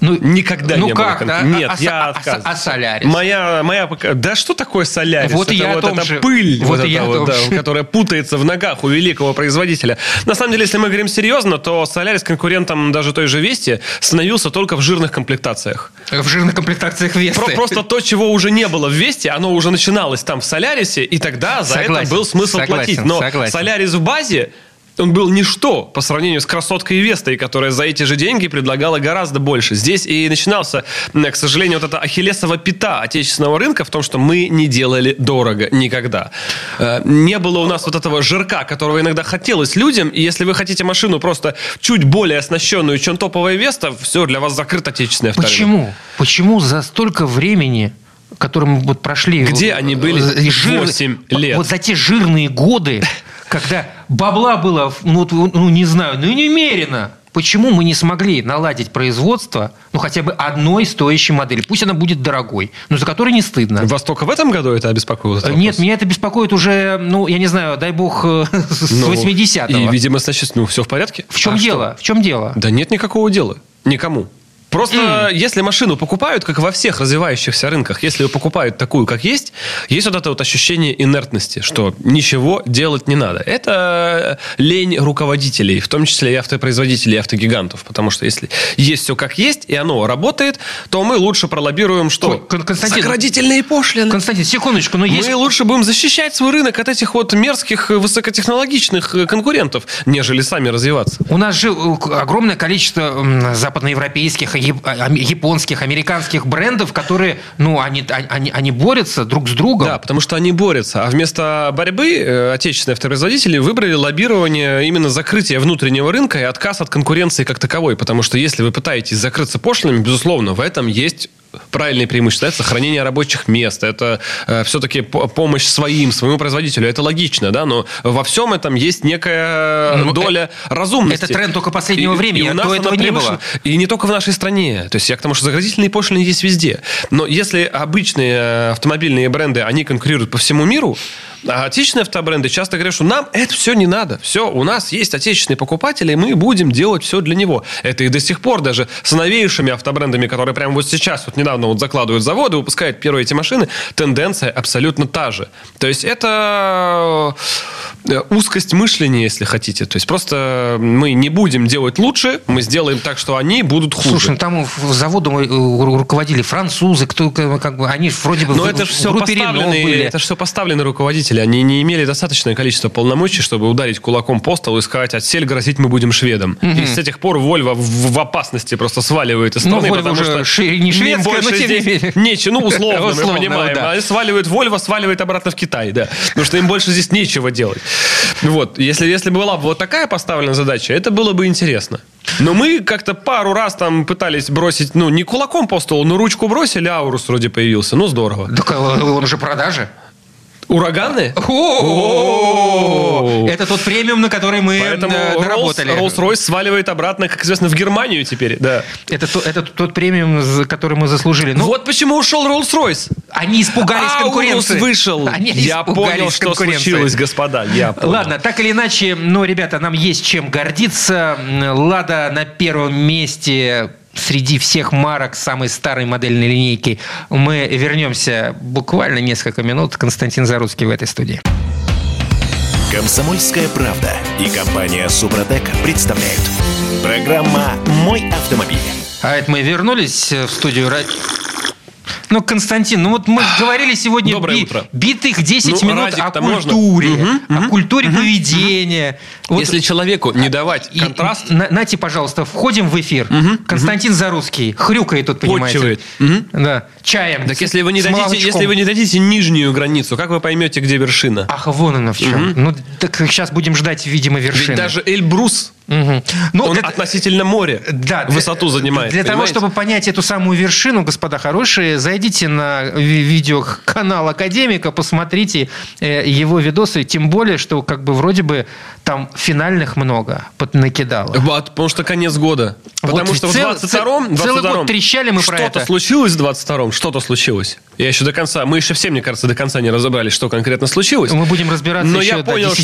S2: Ну,
S3: Никогда
S2: ну
S3: не
S2: как,
S3: было.
S2: да?
S3: кон- Нет,
S2: А- а-
S3: я
S2: а-
S3: отказываюсь.
S2: А, а Солярис?
S3: Моя, моя, пока- да что такое солярис?
S2: Вот и
S3: это
S2: я о
S3: вот
S2: том
S3: эта
S2: же.
S3: пыль,
S2: Вот
S3: вот,
S2: и я о
S3: эта вот,
S2: том
S3: да,
S2: же.
S3: которая путается в ногах у великого производителя. На самом деле, если мы говорим серьезно, то солярис конкурентом даже той же Вести становился только в жирных комплектациях.
S2: В жирных комплектациях
S3: Про-
S2: Весты.
S3: просто то, чего уже не было в Весте, оно уже начиналось там в Солярисе, и тогда за
S2: Согласен,
S3: это был смысл
S2: согласен,
S3: платить. Но
S2: согласен.
S3: Солярис в базе он был ничто по сравнению с красоткой Вестой, которая за эти же деньги предлагала гораздо больше. Здесь и начинался, э, к сожалению, вот эта ахиллесова пята отечественного рынка в том, что мы не делали дорого никогда. Э, Не было у нас вот этого жирка, которого иногда хотелось людям, и если вы хотите машину просто чуть более оснащенную, чем топовая Веста, все, для вас закрыт отечественный
S2: автомобиль. Почему? Почему за столько времени которым вот э, прошли...
S3: Где они были жир... 8 лет?
S2: Вот за те жирные годы, когда бабла было, ну, ну не знаю, ну немерено. Почему мы не смогли наладить производство, ну, хотя бы одной стоящей модели? Пусть она будет дорогой, но за которой не стыдно.
S3: Вас только в этом году это обеспокоило?
S2: Э, Нет, вопрос? меня это беспокоит уже, ну, я не знаю, дай бог, с ну, 80-го.
S3: И, видимо, значит, ну, все в порядке.
S2: В чем а дело? Что? В чем дело?
S3: Да нет никакого дела. Никому. Просто mm. если машину покупают, как во всех развивающихся рынках, если ее покупают такую, как есть, есть вот это вот ощущение инертности, что ничего делать не надо. Это э, лень руководителей, в том числе и автопроизводителей, и автогигантов. Потому что если есть все как есть, и оно работает, то мы лучше пролоббируем что? Ой,
S2: Константин,
S3: Сократительные пошлины.
S2: Константин, секундочку, но есть...
S3: Мы лучше будем защищать свой рынок от этих вот мерзких э, высокотехнологичных э, конкурентов, нежели сами развиваться.
S2: У нас же э, огромное количество западноевропейских а, японских, американских брендов, которые, ну, они, они, они борются друг с другом.
S3: Да, потому что они борются. А вместо борьбы э, отечественные автопроизводители выбрали лоббирование именно закрытия внутреннего рынка и отказ от конкуренции как таковой. Потому что если вы пытаетесь закрыться пошлинами, безусловно, в этом есть правильные преимущества. Это сохранение рабочих мест, это э, все-таки помощь своим, своему производителю. Это логично, да, но во всем этом есть некая ну, доля э, разумности.
S2: Это тренд только последнего
S3: и,
S2: времени, и у нас до этого не было.
S3: И не только в нашей стране. То есть я к тому, что заградительные пошлины есть везде. Но если обычные э, автомобильные бренды, они конкурируют по всему миру, а отечественные автобренды часто говорят, что нам это все не надо. Все, у нас есть отечественные покупатели, и мы будем делать все для него. Это и до сих пор даже с новейшими автобрендами, которые прямо вот сейчас вот недавно вот закладывают заводы, выпускают первые эти машины, тенденция абсолютно та же. То есть это э, узкость мышления, если хотите. То есть просто мы не будем делать лучше, мы сделаем так, что они будут хуже.
S2: Слушай, ну там заводом э, руководили французы, кто как бы, они вроде бы
S3: Но в, это все поставленные, были. это все поставленные руководители, они не имели достаточное количество полномочий, чтобы ударить кулаком по столу и сказать, отсель грозить мы будем шведам. Угу. И с тех пор Вольво в, в опасности просто сваливает из страны,
S2: ну, потому что ши, не шведская,
S3: больше но тем не менее. Нечего, ну, условно, условно, мы понимаем. Да. А сваливает Вольво, сваливает обратно в Китай, да. Потому что им больше здесь нечего делать. Вот, если, если была бы вот такая поставлена задача, это было бы интересно. Но мы как-то пару раз там пытались бросить, ну, не кулаком по столу, но ручку бросили, Аурус вроде появился. Ну, здорово.
S2: Так э, он же продажи.
S3: Ураганы?
S2: Это тот премиум, на который мы
S3: Поэтому
S2: наработали.
S3: Rolls-Royce сваливает обратно, как известно, в Германию теперь. Да.
S2: Это, то, это тот премиум, который мы заслужили.
S3: Ну, вот почему ушел Rolls-Royce.
S2: Они испугались
S3: а,
S2: конкуренции.
S3: вышел.
S2: Они
S3: я понял, что случилось, господа. Я понял.
S2: Ладно, так или иначе, ну, ребята, нам есть чем гордиться. Лада на первом месте среди всех марок самой старой модельной линейки. Мы вернемся буквально несколько минут. Константин Заруцкий в этой студии.
S1: Комсомольская правда и компания Супротек представляют. Программа «Мой автомобиль».
S2: А это мы вернулись э, в студию ну, Константин, ну вот мы говорили сегодня
S3: Доброе би- утро.
S2: битых 10 ну, минут о культуре, можно. о культуре угу, поведения.
S3: Угу. Вот Если человеку не давать и, контраст...
S2: На, нате, пожалуйста, входим в эфир. Угу, Константин угу. Заруцкий хрюкает тут, понимаете.
S3: Почивает.
S2: Угу. Да. Чаем.
S3: Так если вы, не дадите, если вы не дадите нижнюю границу, как вы поймете, где вершина?
S2: Ах, вон она в чем. Угу. Ну, так сейчас будем ждать, видимо, вершины. Ну, Ведь
S3: даже Эльбрус Угу. Но Он для... относительно моря
S2: да,
S3: высоту
S2: для,
S3: занимает.
S2: Для понимаете? того, чтобы понять эту самую вершину, господа хорошие, зайдите на ви- видеоканал Академика, посмотрите э, его видосы, тем более, что как бы вроде бы там финальных много накидало.
S3: Вот, потому что конец года. Вот потому что
S2: цел,
S3: в 22-м... 22
S2: целый год трещали мы
S3: про
S2: что-то
S3: это. Что-то случилось в 22-м, что-то случилось. Я еще до конца... Мы еще все, мне кажется, до конца не разобрались, что конкретно случилось.
S2: Мы будем разбираться
S3: Но
S2: еще
S3: я понял,
S2: до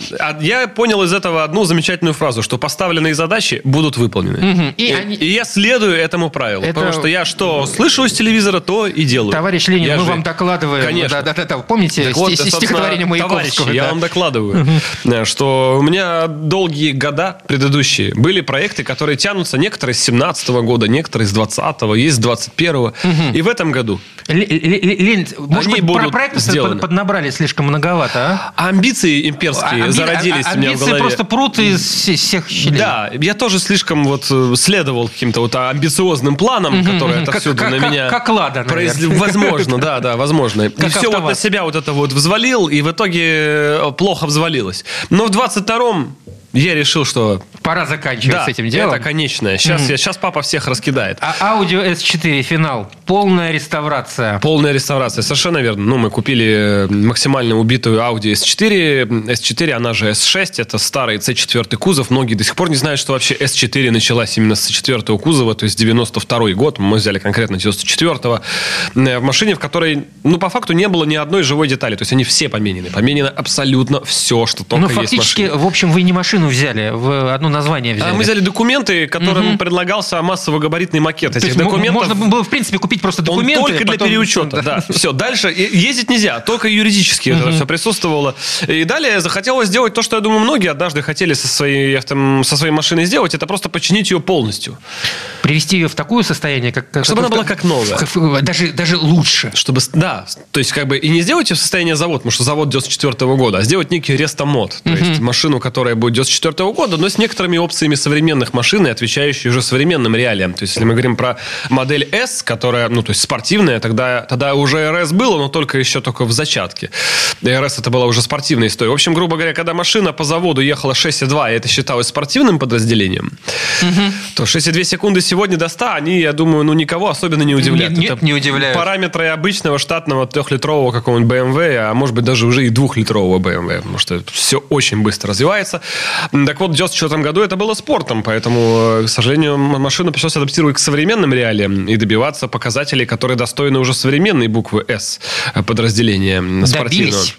S3: что... Я понял из этого одну замечательную ключевую фразу, что поставленные задачи будут выполнены.
S2: Мгм. И
S3: И,
S2: они-
S3: и я следую этому правилу.
S2: Это-
S3: Потому что я что слышу из телевизора, то и делаю.
S2: Товарищ Ленин,
S3: Я
S2: мы
S3: же-
S2: вам докладываем.
S3: Конечно.
S2: Да, да, да, помните
S3: Так вот,
S2: сти-
S3: собственно,
S2: стихотворение
S3: товарищи,
S2: Маяковского?
S3: я
S2: да?
S3: вам докладываю, э, что у меня долгие года предыдущие были проекты, которые тянутся некоторые с 17 года, некоторые с 20 есть с 21 И в этом году
S2: Л- Л- Л- Ленин, может
S3: Они
S2: быть, про
S3: будут
S2: проекты
S3: сделаны.
S2: под- поднабрали слишком многовато, а?
S3: амбиции
S2: А-
S3: имперские
S2: амби-
S3: зародились
S2: а-
S3: у меня в
S2: амбиции
S3: голове.
S2: просто прут из все- всех щелей.
S3: Да, я тоже слишком вот э, следовал каким-то вот амбициозным планам, которые
S2: мгм. Как-
S3: отовсюду
S2: как-
S3: на
S2: как-
S3: меня...
S2: как Лада,
S3: произ-
S2: наверное.
S3: Возможно, да, да, возможно. И
S2: Как
S3: все вот на
S2: АвтоВАЗ.
S3: себя вот это вот взвалил, и в итоге э, плохо взвалилось. Но в 22-м я решил, что
S2: Пора заканчивать
S3: да,
S2: с этим делом.
S3: это конечное. Сейчас, я, сейчас папа всех раскидает.
S2: А Audi S4 финал. Полная реставрация.
S3: Полная реставрация, совершенно верно. Ну, мы купили э, максимально убитую Audi S4. S4, она же S6, это старый C4 кузов. Многие до сих пор не знают, что вообще S4 началась именно с C4 кузова, то есть 92 год. Мы взяли конкретно 94-го. Э, В машине, в которой, ну, по факту не было ни одной живой детали. То есть они все поменены. Поменено абсолютно все, что только
S2: Ну,
S3: есть в
S2: фактически,
S3: машине.
S2: в общем, вы не машину взяли, вы одно название взяли.
S3: А мы взяли документы, которым предлагался массово-габаритный макет
S2: То
S3: этих
S2: есть мо-
S3: документов.
S2: Можно было, в принципе, купить просто документы. а
S3: Он только для
S2: потом-
S3: переучета, да. Все, дальше и- ездить нельзя, только юридически это все присутствовало. И далее захотелось сделать то, что, я думаю, многие однажды хотели со своей, авто- со своей машиной сделать, это просто починить ее полностью.
S2: Привести ее в такое состояние, как... как-
S3: Чтобы она была
S2: в-
S3: как новая.
S2: в- Даже, даже лучше.
S3: Чтобы, с- да, то есть как бы и не сделать ее в состоянии завод, потому что завод 94 года, а сделать некий рестомод, то есть машину, которая будет 94 года, но с некоторыми опциями современных машин и отвечающей уже современным реалиям. То есть если мы говорим про модель S, которая, ну то есть спортивная, тогда, тогда уже RS было, но только еще только в зачатке. RS это была уже спортивная история. В общем, грубо говоря, когда машина по заводу ехала 6,2, и это считалось спортивным подразделением, то 6,2 секунды сегодня до 100, они, я думаю, ну никого особенно не удивляют.
S2: нет,
S3: Это
S2: не удивляют.
S3: параметры обычного штатного трехлитрового какого-нибудь BMW, а может быть даже уже и двухлитрового BMW, потому что все очень быстро развивается. М, Так вот, в 94 году это было спортом, поэтому, э, к сожалению, м- машину пришлось адаптировать к современным реалиям и добиваться показателей, которые достойны уже современной буквы S э, подразделения м, спортивного.
S2: Добились.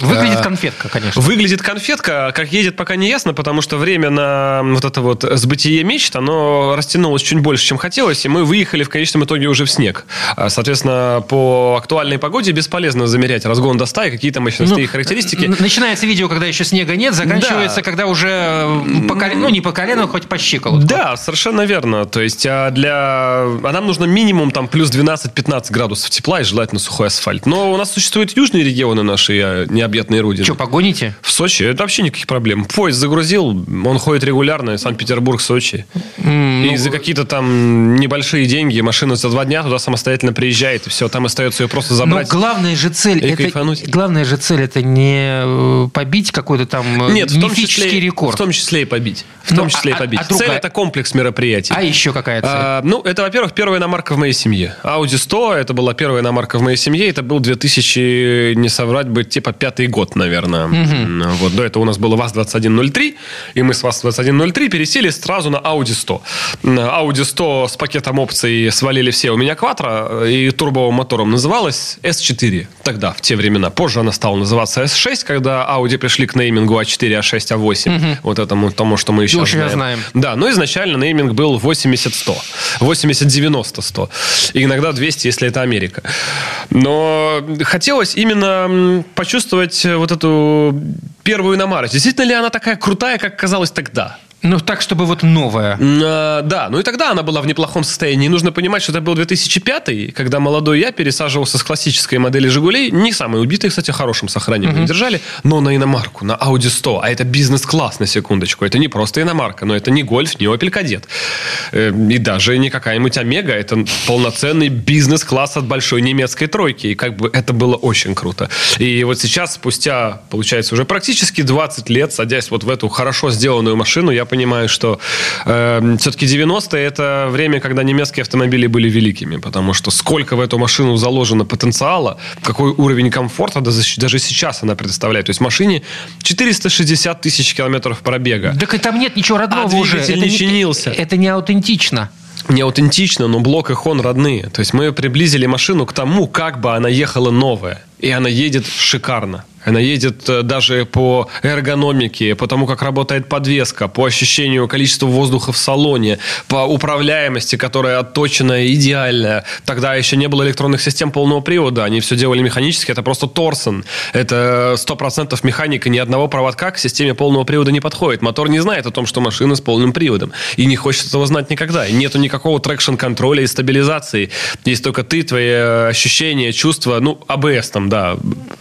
S2: Выглядит
S3: А,
S2: конфетка, конечно.
S3: Выглядит конфетка, а как едет, пока не ясно, потому что время на вот это вот сбытие мечт, оно растянулось чуть больше, чем хотелось, и мы выехали в конечном итоге уже в снег. А, Соответственно, по актуальной погоде бесполезно замерять разгон до 100 и какие-то мощностные
S2: Ну,
S3: характеристики.
S2: н- Начинается видео, когда еще снега нет, заканчивается,
S3: Да.
S2: когда уже э, по коле- ну не по колено, хоть по щиколотку.
S3: Да, совершенно верно. То есть а для... А нам нужно минимум там плюс 12-15 градусов тепла и желательно сухой асфальт. Но у нас существуют южные регионы наши, э, необъятные родины.
S2: Че, погоните?
S3: В Сочи это вообще никаких проблем. Поезд загрузил, он ходит регулярно, Санкт-Петербург, Сочи. и
S2: ну,
S3: за какие-то там небольшие деньги машина за два дня туда самостоятельно приезжает, и все, там остается ее просто
S2: Но
S3: забрать.
S2: Ну, главная же цель
S3: и
S2: это,
S3: кайфануть.
S2: главная же цель это не э, побить какой-то там э,
S3: Нет, в том,
S2: мифический
S3: числе,
S2: рекорд.
S3: в том числе и побить. В
S2: Ну,
S3: том числе
S2: а-
S3: и побить.
S2: а
S3: Цель
S2: другая-
S3: это комплекс мероприятий.
S2: А еще какая цель?
S3: А, ну, это, во-первых, первая иномарка в моей семье. Audi 100, это была первая иномарка в моей семье. Это был 2000, не соврать бы, типа пятый год, наверное. М, Вот, до этого у нас было ВАЗ-2103, и мы с ВАЗ-2103 пересели сразу на Audi 100. М, Audi 100 с пакетом опций свалили все. У меня Quattro и турбовым мотором называлась S4 тогда, в те времена. Позже она стала называться S6, когда Audi пришли к неймингу а А4, А6, А8. Вот этому, тому, что мы еще
S2: очень
S3: знаем.
S2: знаем.
S3: Ну, Да, но изначально нейминг был 80-100. 80-90-100. И иногда 200, если это Америка. Но хотелось именно м, почувствовать э, вот эту первую иномарочку. Действительно ли она такая крутая, как казалось тогда?
S2: Ну так, чтобы вот новая.
S3: М, э, Да, ну и тогда она была в неплохом состоянии. Нужно понимать, что это был 2005 когда молодой я пересаживался с классической модели «Жигулей», не самой убитой, кстати, в хорошем сохранении мы держали, но на иномарку, на Audi 100. А это бизнес-класс, на секундочку. Это не просто иномарка, но это не «Гольф», не «Опель Кадет». Э, И даже не какая-нибудь «Омега». Это полноценный бизнес-класс от большой немецкой тройки. И как бы это было очень круто. И вот сейчас, спустя, получается, уже практически 20 лет, садясь вот в эту хорошо сделанную машину, я понимаю, что все-таки 90-е это время, когда немецкие автомобили были великими, потому что сколько в эту машину заложено потенциала, какой уровень комфорта даже, даже сейчас она предоставляет. То есть машине 460 тысяч километров пробега.
S2: Так и там нет ничего родного
S3: А
S2: уже.
S3: двигатель не чинился.
S2: Это не аутентично.
S3: не аутентично, но блок и хон родные. То есть мы приблизили машину к тому, как бы она ехала новая. И она едет шикарно. Она едет э, даже по эргономике, по тому, как работает подвеска, по ощущению количества воздуха в салоне, по управляемости, которая отточена идеально. Тогда еще не было электронных систем полного привода, они все делали механически, это просто Торсон. Это 100% механика, ни одного проводка к системе полного привода не подходит. Мотор не знает о том, что машина с полным приводом, и не хочет этого знать никогда. И нету никакого трекшн-контроля и стабилизации. Есть только ты, твои э, ощущения, чувства, ну, АБС там, да,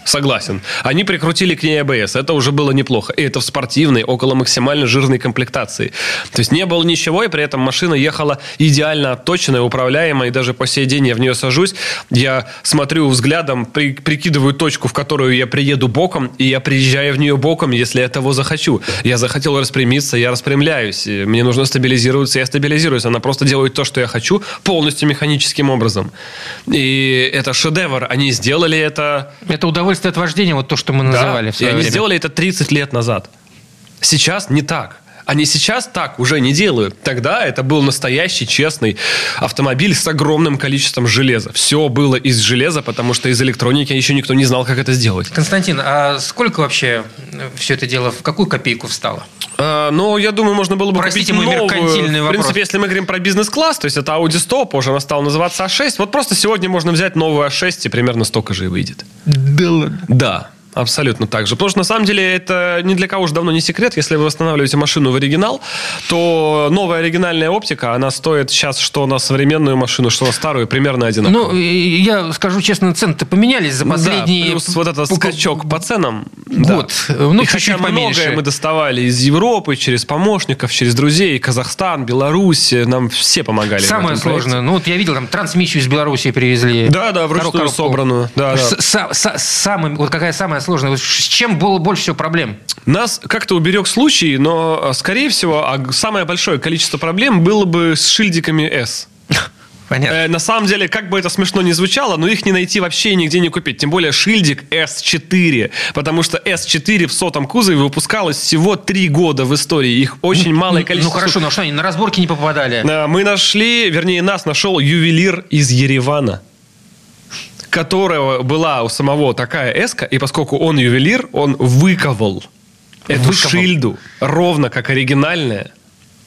S3: согласен. Они прикрутили к ней АБС, это уже было неплохо. И это в спортивной, около максимально жирной комплектации. То есть не было ничего, и при этом машина ехала идеально отточенная, управляемая, и даже по сей день я в нее сажусь, я смотрю взглядом, при- прикидываю точку, в которую я приеду боком, и я приезжаю в нее боком, если я того захочу. Я захотел распрямиться, я распрямляюсь. И Мне нужно стабилизироваться, я стабилизируюсь. Она просто делает то, что я хочу, полностью механическим образом. И это шедевр. Они сделали это
S2: Это удовольствие от вождения, вот то, что мы называли в
S3: и
S2: свое
S3: они
S2: время.
S3: сделали это 30 лет назад. Сейчас не так. Они сейчас так уже не делают. Тогда это был настоящий, честный автомобиль с огромным количеством железа. Все было из железа, потому что из электроники еще никто не знал, как это сделать.
S2: Константин, а сколько вообще все это дело, в какую копейку встало?
S3: А, ну, я думаю, можно было бы
S2: Простите
S3: купить
S2: мой
S3: новую.
S2: меркантильный
S3: В
S2: вопрос.
S3: принципе, если мы говорим про бизнес-класс, то есть это Audi 100, позже она стала называться А6, вот просто сегодня можно взять новую А6 и примерно столько же и выйдет. Да, абсолютно так же. Потому что, на самом деле, это ни для кого уже давно не секрет. Если вы восстанавливаете машину в оригинал, то новая оригинальная оптика, она стоит сейчас что на современную машину, что на старую, примерно одинаково.
S2: Ну, и я скажу честно, цены-то поменялись за
S3: Ну Да,
S2: последние...
S3: плюс вот этот
S2: пок-
S3: скачок по ценам.
S2: Год.
S3: да.
S2: Ну,
S3: И
S2: чуть-чуть
S3: хотя
S2: поменьше.
S3: многое мы доставали из Европы, через помощников, через друзей, Казахстан, Беларусь, э, нам все помогали. в
S2: Самое
S3: этом проекте.
S2: сложное. Ну, вот я видел, там трансмиссию из Белоруссии привезли.
S3: Да, да, вручную
S2: Коробку.
S3: собранную. Да, да.
S2: С- са- са- самым- вот какая самая сложная? Вот С чем было больше всего проблем?
S3: Нас как-то уберег случай, но, э, скорее всего, а, г- самое большое количество проблем было бы с шильдиками S.
S2: Понятно.
S3: Э, на самом деле, как бы это смешно не звучало, но их не найти вообще и нигде не купить. Тем более шильдик S4. Потому что S4 в сотом кузове выпускалось всего три года в истории. Их очень малое
S2: Ну
S3: количество.
S2: хорошо, но что они на разборки не попадали?
S3: Э, Мы нашли, вернее, нас нашел ювелир из Еревана которого была у самого такая эска, и поскольку он ювелир, он выковал эту
S2: Выковал.
S3: шильду ровно как оригинальная,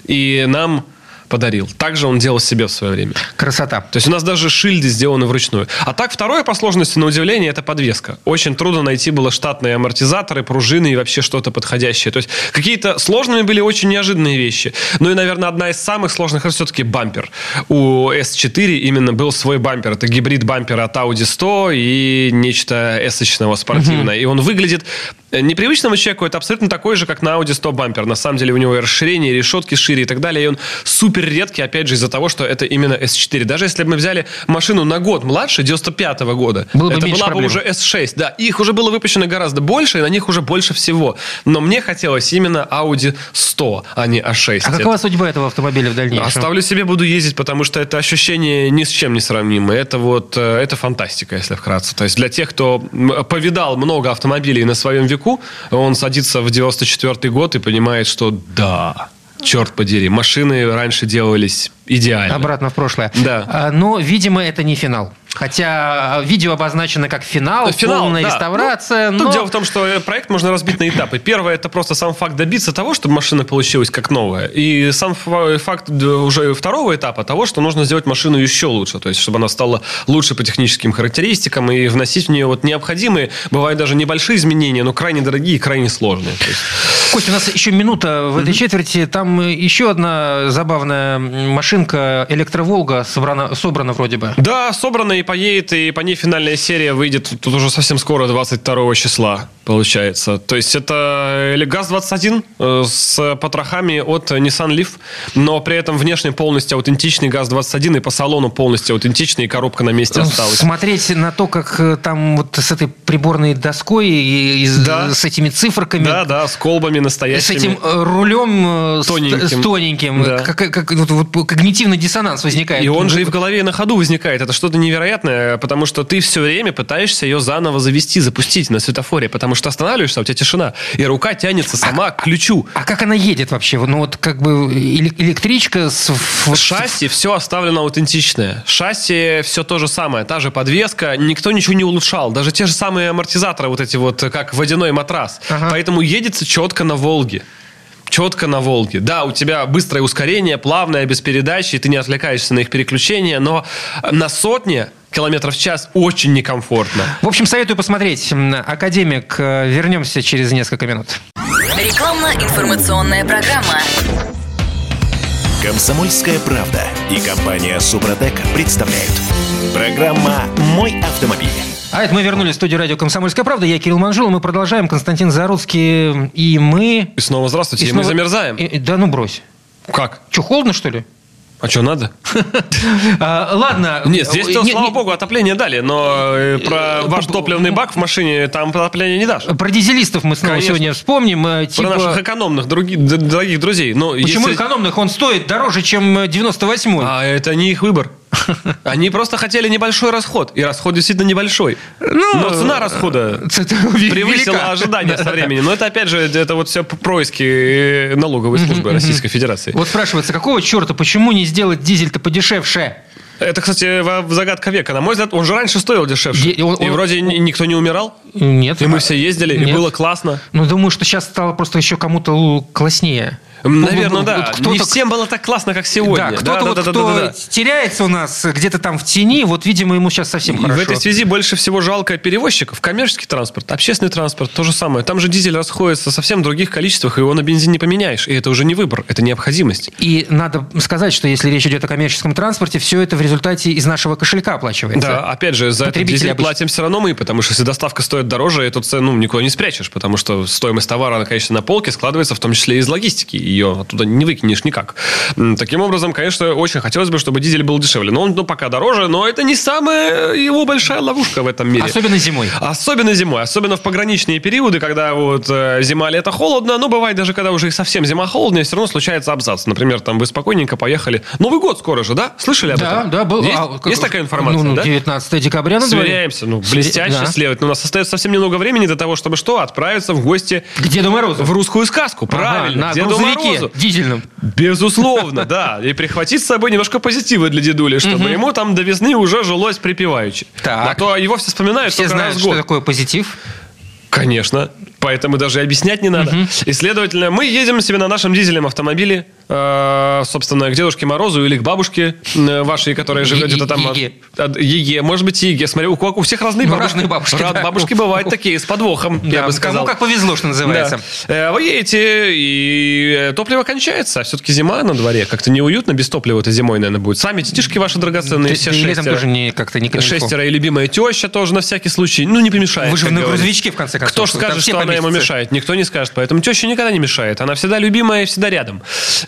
S3: и нам подарил. Так же он делал себе в свое время.
S2: Красота.
S3: То есть у нас даже шильды сделаны вручную. А так второе по сложности, на удивление, это подвеска. Очень трудно найти было штатные амортизаторы, пружины и вообще что-то подходящее. То есть какие-то сложными были очень неожиданные вещи. Ну и, наверное, одна из самых сложных это все-таки бампер. У S4 именно был свой бампер. Это гибрид бампера от Audi 100 и нечто S-очного спортивное. И он выглядит э, непривычному человеку, это абсолютно такой же, как на Audi 100 бампер. На самом деле у него и расширение, и решетки шире и так далее. И он супер редкий, опять же, из-за того, что это именно S4. Даже если бы мы взяли машину на год младше, 95 года,
S2: Было бы
S3: это
S2: меньше
S3: была
S2: проблем.
S3: бы уже S6. Да, их уже было выпущено гораздо больше, и на них уже больше всего. Но мне хотелось именно Audi 100, а не A6.
S2: А
S3: Это-
S2: какова судьба этого автомобиля в дальнейшем?
S3: Оставлю себе, буду ездить, потому что это ощущение ни с чем не сравнимое. Это вот, э, это фантастика, если вкратце. То есть для тех, кто м, повидал много автомобилей на своем веку, он садится в 94 год и понимает, что да, черт подери, машины раньше делались идеально.
S2: Обратно в прошлое.
S3: Да.
S2: А, Но, видимо, это не финал. Хотя а, видео обозначено как финал, полная
S3: да.
S2: реставрация,
S3: Ну,
S2: но...
S3: Тут дело в том, что э, проект можно разбить на этапы. Первое это просто сам факт добиться того, чтобы машина получилась как новая. И сам фа- факт э, уже второго этапа того, что нужно сделать машину еще лучше. То есть, чтобы она стала лучше по техническим характеристикам и вносить в нее вот необходимые, бывают даже небольшие изменения, но крайне дорогие и крайне сложные. То есть,
S2: Кость, у нас еще минута в этой четверти. Там э, еще одна забавная м, машинка электроволга собрана, собрана вроде бы.
S3: Да, собрана и поедет, и по ней финальная серия выйдет тут уже совсем скоро, 22 числа, получается. То есть это или ГАЗ-21 э, с потрохами от Nissan Leaf, но при этом внешне полностью аутентичный ГАЗ-21 и по салону полностью аутентичный, и коробка на месте осталась.
S2: Ну, Смотреть на то, как э, там вот с этой приборной доской и, и с-
S3: Да.
S2: с этими цифрками,
S3: Да, да, с колбами
S2: и с
S3: настоящими.
S2: этим э, рулем э, с-
S3: Тоненьким.
S2: с, тоненьким, э,
S3: Да.
S2: как, как- вот- вот когнитивный диссонанс возникает. Ну, э,
S3: И он же и в голове и на ходу возникает. Это что-то невероятное. невероятная, потому что ты все время пытаешься ее заново завести, запустить на светофоре, потому что останавливаешься, а у тебя тишина, и рука тянется сама к ключу.
S2: А как она едет вообще? Ну вот как бы эле- электричка с... вот с-
S3: Шасси все оставлено аутентичное. Шасси все то же самое, та же подвеска, никто ничего не улучшал. Даже те же самые амортизаторы, вот эти вот, как водяной матрас.
S2: Ага.
S3: Поэтому едется четко на Волге. Четко на Волге. Да, у тебя быстрое ускорение, плавное, без передачи, и ты не отвлекаешься на их переключение, но на сотне километров в час очень некомфортно.
S2: В общем, советую посмотреть. М, Академик, э, вернемся через несколько минут.
S4: Рекламно-информационная программа.
S1: Комсомольская правда и компания Супротек представляют. Программа «Мой автомобиль».
S2: А это мы вернулись в студию радио «Комсомольская правда». Я Кирилл Манжул, мы продолжаем. Константин Заруцкий и мы...
S3: И снова здравствуйте,
S2: И
S3: и,
S2: снова-
S3: мы замерзаем.
S2: И- и- да ну брось.
S3: Как?
S2: Че, холодно, что ли?
S3: А что, надо?
S2: А, ладно.
S3: Нет, здесь,
S2: Не-
S3: слава
S2: не-
S3: богу, отопление дали, но э, про ваш топливный бак в машине там отопление не дашь.
S2: Про дизелистов мы снова
S3: Конечно.
S2: сегодня вспомним. э,
S3: Про
S2: Типа...
S3: наших экономных, други- д- дорогих друзей. Но
S2: Почему
S3: если-
S2: экономных? Он стоит дороже, чем э, 98-й.
S3: А это не их выбор. Они просто хотели небольшой расход. И расход действительно небольшой. Но цена расхода
S2: Ну, э, Ц- это ве- велика.
S3: превысила ожидания со временем. Но это, опять же, это вот все происки э, налоговой службы Российской Федерации.
S2: Вот спрашивается, какого черта, почему не сделать дизель-то подешевше?
S3: Это, кстати, во- в загадка века. На мой взгляд, он же раньше стоил дешевше.
S2: Е- он-
S3: И
S2: он-
S3: вроде ни- никто не умирал.
S2: Нет.
S3: И мы все ездили, и
S2: Нет.
S3: было классно.
S2: Ну, думаю, что сейчас стало просто еще кому-то л- класснее.
S3: Наверное,
S2: Вот
S3: да.
S2: кто-то-
S3: Не всем было так классно, как сегодня.
S2: Да, кто-то вот,
S3: да, да,
S2: кто
S3: да, да, да.
S2: теряется у нас э, где-то там в тени, вот, видимо, ему сейчас совсем
S3: И
S2: хорошо.
S3: В этой связи больше всего жалко перевозчиков. Коммерческий транспорт, общественный транспорт, то же самое. Там же дизель расходится совсем в других количествах, и его на бензин не поменяешь. И это уже не выбор, это необходимость.
S2: И надо сказать, что если речь идет о коммерческом транспорте, все это в результате из нашего кошелька оплачивается.
S3: Да, опять же, за этот
S2: Потребители
S3: дизель
S2: обычно-
S3: платим все равно мы, потому что если доставка стоит дороже, эту цену никуда не спрячешь, потому что стоимость товара, она, конечно, на полке складывается в том числе и из логистики, ее оттуда не выкинешь никак. М, Таким образом, конечно, очень хотелось бы, чтобы дизель был дешевле. Но он ну, пока дороже, но это не самая его большая ловушка в этом мире.
S2: Особенно зимой.
S3: А, Особенно зимой, особенно в пограничные периоды, когда вот э, зима, лето холодно, но бывает даже, когда уже и совсем зима холодная, все равно случается абзац. Например, там вы спокойненько поехали. Новый год скоро же, да? Слышали об
S2: Да,
S3: этом?
S2: да, был.
S3: Есть,
S2: а, как-
S3: есть такая информация,
S2: ну, ну,
S3: да?
S2: 19 декабря на дворе.
S3: Сверяемся, ну,
S2: Свер-
S3: блестяще
S2: да.
S3: следовать. Но у нас остается совсем немного времени до того, чтобы что? Отправиться в гости
S2: К Деду Морозу.
S3: в русскую сказку.
S2: Ага,
S3: Правильно,
S2: на
S3: к Деду
S2: грузовике
S3: Морозу.
S2: дизельном.
S3: Безусловно, да. И прихватить с собой немножко позитива для дедули, чтобы ему там до весны уже жилось припеваючи.
S2: Так.
S3: А то его все вспоминают
S2: Все
S3: только
S2: знают,
S3: раз в год.
S2: что такое позитив.
S3: Конечно. Поэтому даже и объяснять не надо. И, следовательно, мы едем себе на нашем дизельном автомобиле, э, собственно, к Дедушке Морозу или к бабушке э, вашей, которая живет
S2: Е-
S3: где-то там... от-
S2: Еге.
S3: от Еге. Может быть, и Еге. Смотри, у, у всех разные
S2: Ну,
S3: бабушки.
S2: разные бабушки,
S3: Ра-
S2: да.
S3: Бабушки бывают такие, с подвохом,
S2: Да,
S3: я бы сказал.
S2: Кому как повезло, что называется.
S3: Да. Э, Вы едете, и э, топливо кончается. А все-таки зима на дворе. Как-то неуютно без топлива-то зимой, наверное, будет. Сами детишки ваши драгоценные,
S2: Ты-
S3: все
S2: ты летом
S3: Ну, шестеро.
S2: тоже не как-то не камильфо.
S3: Шестеро и любимая теща тоже на всякий случай. Ну, не помешает.
S2: Вы же
S3: как
S2: на
S3: говорится.
S2: грузовичке, в конце концов.
S3: Кто ж
S2: Там
S3: скажет,
S2: все
S3: что она ему
S2: поместятся.
S3: мешает? Никто не скажет. Поэтому теща никогда не мешает. Она всегда любимая и всегда рядом.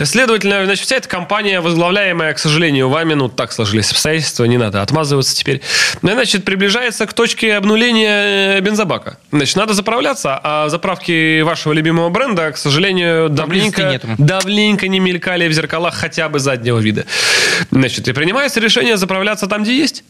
S3: Следовательно, значит, вся эта компания, возглавляемая, к сожалению, вами, ну, так сложились обстоятельства, не надо отмазываться теперь. Ну, Значит, приближается к точке обнуления э, бензобака. Значит, надо заправляться, а заправки вашего любимого бренда, к сожалению,
S2: Поблизости
S3: давненько,
S2: нету.
S3: давненько не мелькали в зеркалах хотя бы заднего вида. Значит, и принимается решение заправляться там, где есть.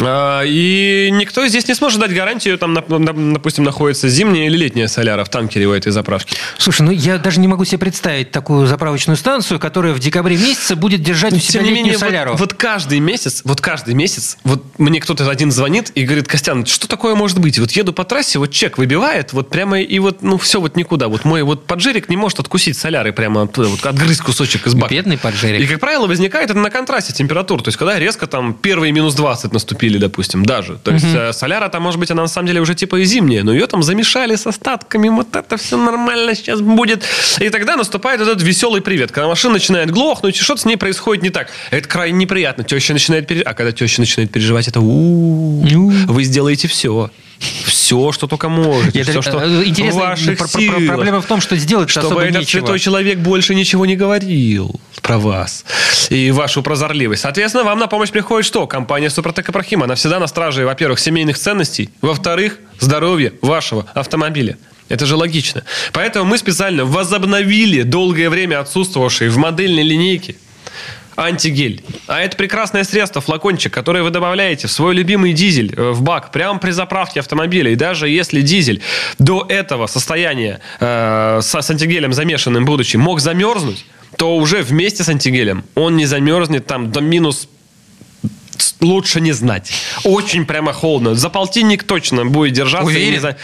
S3: А, И никто здесь не сможет дать гарантию, там, нап- нап- допустим, находится зимняя или летняя соляра в танкере у этой заправки.
S2: Слушай, ну я даже не могу себе представить такую заправочную станцию, которая в декабре месяце будет держать у себя
S3: Ну, Тем
S2: Типа
S3: не
S2: летнюю
S3: менее, вот-
S2: соляру.
S3: Вот, каждый месяц, вот каждый месяц, вот мне кто-то один звонит и говорит, Костян, что такое может быть? Вот еду по трассе, вот чек выбивает, вот прямо и вот, ну, все вот никуда. Вот мой вот поджерик не может откусить соляры прямо оттуда, вот отгрызть кусочек из бака.
S2: Бедный поджерик.
S3: И, как правило, возникает это на контрасте температур. То есть, когда резко там первые минус 20 наступили, допустим, даже. То есть, э, соляра там, может быть, она на самом деле уже типа и зимняя, но ее там замешали с остатками. Вот это все нормально сейчас будет. И тогда наступает этот веселый привет. Когда машина начинает глохнуть, и что-то с ней происходит не так. Это крайне неприятно. Теща начинает переживать. А когда теща начинает переживать, это у
S2: Ну.
S3: вы сделаете все. Все, что только можете.
S2: Я
S3: все,
S2: даже-
S3: что
S2: э, Интересно,
S3: в ваших
S2: про- про- про-
S3: силах
S2: проблема в том, что сделать
S3: чтобы
S2: особо
S3: этот
S2: нечего.
S3: святой человек больше ничего не говорил про вас и вашу прозорливость. Соответственно, вам на помощь приходит что? Компания Супротек Ибрахим. Она всегда на страже, во-первых, семейных ценностей, во-вторых, здоровья вашего автомобиля. Это же логично. Поэтому мы специально возобновили долгое время отсутствовавшие в модельной линейке антигель. А это прекрасное средство, флакончик, которое вы добавляете в свой любимый дизель, э, в бак, прямо при заправке автомобиля. И даже если дизель до этого состояния э, с, с антигелем замешанным будучи мог замерзнуть, то уже вместе с антигелем он не замерзнет там до минус лучше не знать. Очень прямо холодно. За полтинник точно будет держаться. и не
S2: Уверен?
S3: за-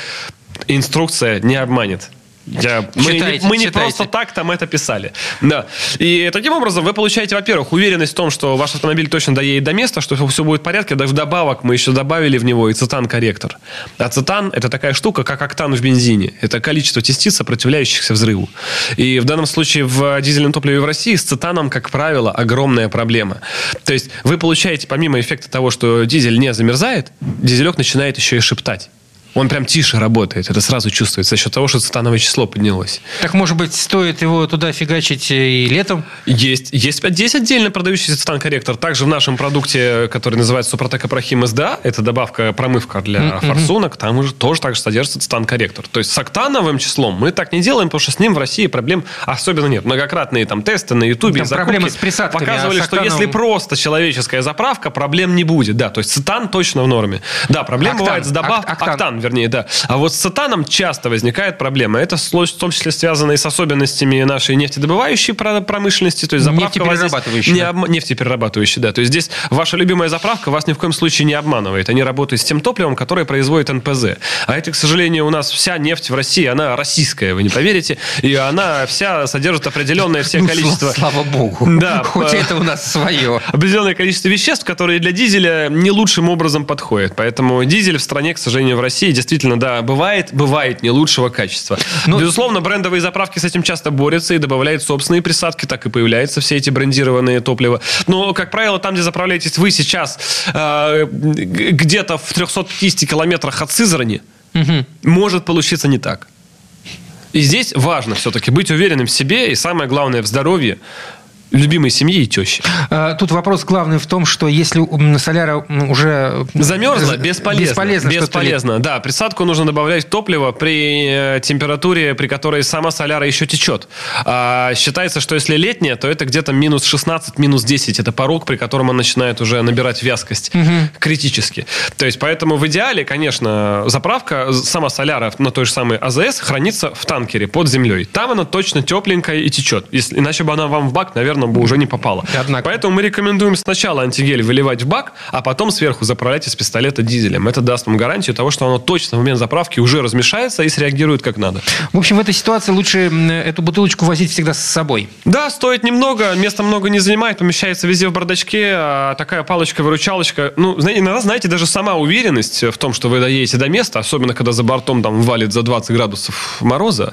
S3: Инструкция не обманет. Я- мы,
S2: Читайте,
S3: не, мы не
S2: читайте.
S3: просто так там это писали. Да. И таким образом вы получаете, во-первых, уверенность в том, что ваш автомобиль точно доедет до места, что все будет в порядке. Да вдобавок мы еще добавили в него и цитан-корректор. А цитан – это такая штука, как октан в бензине. Это количество частиц, сопротивляющихся взрыву. И в данном случае в дизельном топливе в России с цитаном, как правило, огромная проблема. То есть вы получаете, помимо эффекта того, что дизель не замерзает, дизелек начинает еще и шептать. Он прям тише работает, это сразу чувствуется за счет того, что цитановое число поднялось.
S2: Так, может быть, стоит его туда фигачить и летом?
S3: Есть, есть, есть отдельно продающийся цитан-корректор. Также в нашем продукте, который называется Супротека Прохим СДА, это добавка, промывка для форсунок, там уже тоже также содержится цитан-корректор. То есть с октановым числом мы так не делаем, потому что с ним в России проблем особенно нет. Многократные там тесты на Ютубе,
S2: Ну, Там
S3: и закупки
S2: проблемы с присадками,
S3: показывали,
S2: а с
S3: что если
S2: октановым-
S3: просто человеческая заправка, проблем не будет. Да, то есть цитан точно в норме. Да, проблем
S2: Октан.
S3: бывает с добавкой.
S2: Ок- октан.
S3: Октан, вернее, да. А вот с цитаном часто возникает проблема. Это сло- в том числе связано и с особенностями нашей нефтедобывающей про- промышленности, то есть заправка у вас здесь
S2: Нефтеперерабатывающей,
S3: Не
S2: да.
S3: обма- нефтеперерабатывающей, да. То есть здесь ваша любимая заправка вас ни в коем случае не обманывает. Они работают с тем топливом, которое производит НПЗ. А это, к сожалению, у нас вся нефть в России, она российская, вы не поверите, и она вся содержит определенное все
S2: Ну,
S3: количество...
S2: сла- Слава богу.
S3: Да,
S2: Хоть
S3: э,
S2: это у нас свое.
S3: определенное количество веществ, которые для дизеля не лучшим образом подходят. Поэтому дизель в стране, к сожалению, в России действительно, да, бывает, бывает не лучшего качества.
S2: Ну,
S3: Безусловно, брендовые заправки с этим часто борются и добавляют собственные присадки, так и появляются все эти брендированные топлива. Но, как правило, там, где заправляетесь вы сейчас, э, г- где-то в 350 километрах от Сызрани, может получиться не так. И здесь важно все-таки быть уверенным в себе и самое главное в здоровье любимой семьи и тещи.
S2: Э, Тут вопрос главный в том, что если м, соляра м, уже...
S3: Замерзла?
S2: з-
S3: Бесполезно.
S2: Бесполезно. что-то
S3: Бесполезно, да. Присадку нужно добавлять в топливо при э, температуре, при которой сама соляра еще течет. А, считается, что если летняя, то это где-то минус 16, минус 10. Это порог, при котором она начинает уже набирать вязкость критически. То есть, поэтому в идеале, конечно, заправка, сама соляра на той же самой АЗС хранится в танкере под землей. Там она точно тепленькая и течет. Если, иначе бы она вам в бак, наверное, бы уже не попала.
S2: И однако.
S3: Поэтому мы рекомендуем сначала антигель выливать в бак, а потом сверху заправлять из пистолета дизелем. Это даст вам гарантию того, что оно точно в момент заправки уже размешается и среагирует как надо.
S2: В общем, в этой ситуации лучше м, эту бутылочку возить всегда с собой.
S3: Да, стоит немного, места много не занимает, помещается везде в бардачке, а такая палочка-выручалочка. Ну, знаете, иногда, знаете, даже сама уверенность в том, что вы доедете до места, особенно когда за бортом там валит за 20 градусов мороза,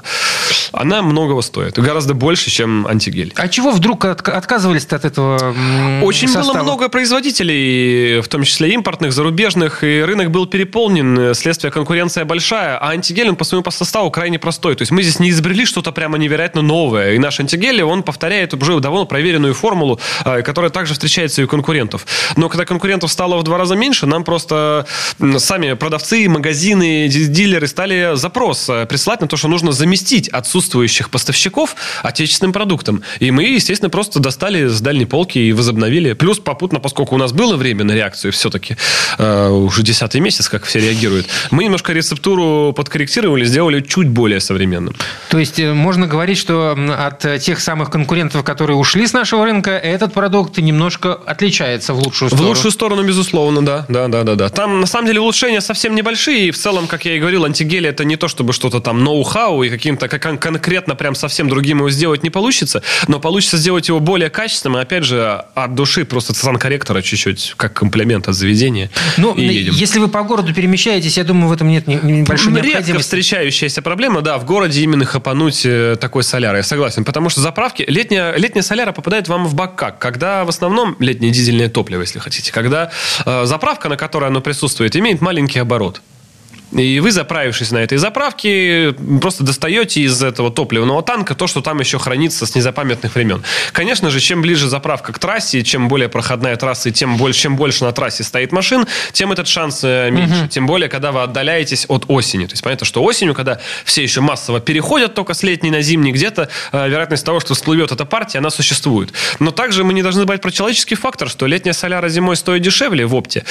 S3: она многого стоит. Гораздо больше, чем антигель.
S2: А чего вдруг отк- отказывались-то от этого м,
S3: Очень было
S2: состава?
S3: много производителей, в том числе импортных, зарубежных, и рынок был переполнен, э, следствие конкуренция большая, а антигель, он по своему по составу крайне простой. То есть мы здесь не изобрели что-то прямо невероятно новое, и наш антигель, он повторяет уже давно проверенную формулу, э, которая также встречается и у конкурентов. Но когда конкурентов стало в два раза меньше, нам просто м, сами продавцы, магазины, ди- дилеры стали запрос э, присылать на то, что нужно заместить отсутствующих поставщиков отечественным продуктом. И мы, естественно, просто достали с дальней полки и возобновили. Плюс попутно, поскольку у нас было время на реакцию все-таки, э, уже десятый месяц, как все реагируют, мы немножко рецептуру подкорректировали, сделали чуть более современным.
S2: То есть э, можно говорить, что м, от э, тех самых конкурентов, которые ушли с нашего рынка, этот продукт немножко отличается в лучшую
S3: В
S2: сторону.
S3: лучшую сторону, безусловно, да. Да, да, да, да. Там, на самом деле, улучшения совсем небольшие. И в целом, как я и говорил, антигель это не то, чтобы что-то там ноу-хау и каким-то как- кон- конкретно прям совсем другим его сделать не получится. Но получится сделать его более качественным. И, опять же, от души просто цитан корректора чуть-чуть, как комплимент от заведения.
S2: Ну,
S3: и
S2: м,
S3: едем.
S2: если вы по городу перемещаетесь, я думаю, в этом нет ни- ни- небольшой
S3: Редко
S2: необходимости.
S3: встречающаяся проблема, да, в городе именно хапануть э, такой солярой, я согласен. Потому что заправки, летняя, летняя соляра попадает вам в бак как? Когда в основном летнее дизельное топливо, если хотите, когда э, заправка, на которой оно присутствует, имеет маленький оборот. И вы, заправившись на этой заправке, просто достаете из этого топливного танка то, что там еще хранится с незапамятных времен. Конечно же, чем ближе заправка к трассе, чем более проходная трасса, и тем больше, чем больше на трассе стоит машин, тем этот шанс э, меньше. Тем более, когда вы отдаляетесь от осени. То есть понятно, что осенью, когда все еще массово переходят только с летней на зимний, где-то э, вероятность того, что всплывет эта партия, она существует. Но также мы не должны забывать про человеческий фактор, что летняя соляра зимой стоит дешевле в опте.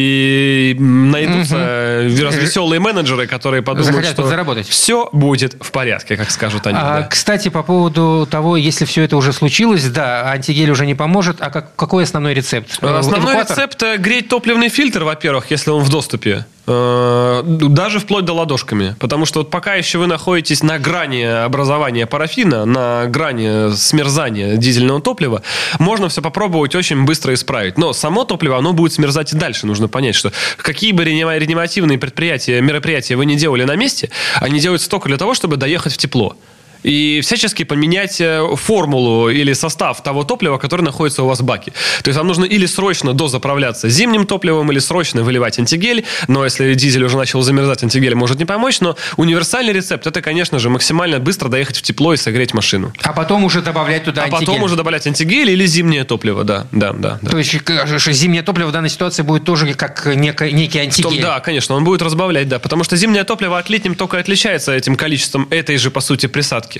S3: И м, найдутся э, раз веселые менеджеры, которые подумают,
S2: Захотят
S3: что
S2: подзаработать.
S3: все будет в порядке, как скажут они.
S2: А,
S3: да.
S2: Кстати, по поводу того, если все это уже случилось, да, антигель уже не поможет. А как, какой основной рецепт? Э,
S3: Основной
S2: эвакуатор?
S3: рецепт э, греть топливный фильтр, во-первых, если он в доступе. Э, Даже вплоть до ладошками. Потому что вот пока еще вы находитесь на грани образования парафина, на грани смерзания дизельного топлива, можно все попробовать очень быстро исправить. Но само топливо, оно будет смерзать и дальше. Нужно понять, что какие бы ренема- реанимативные предприятия, мероприятия вы не делали на месте, они делаются только для того, чтобы доехать в тепло и всячески поменять э, формулу или состав того топлива, которое находится у вас в баке. То есть вам нужно или срочно дозаправляться зимним топливом, или срочно выливать антигель, но если дизель уже начал замерзать, антигель может не помочь, но универсальный рецепт – это, конечно же, максимально быстро доехать в тепло и согреть машину.
S2: А потом уже добавлять туда
S3: А
S2: антигель.
S3: потом уже добавлять антигель или зимнее топливо, да, да, да. да.
S2: То есть к- э, ш- зимнее топливо в данной ситуации будет тоже как некое- некий
S3: В том-
S2: антигель.
S3: да, конечно, он будет разбавлять, да, потому что зимнее топливо от летним только отличается этим количеством этой же, по сути, присадки.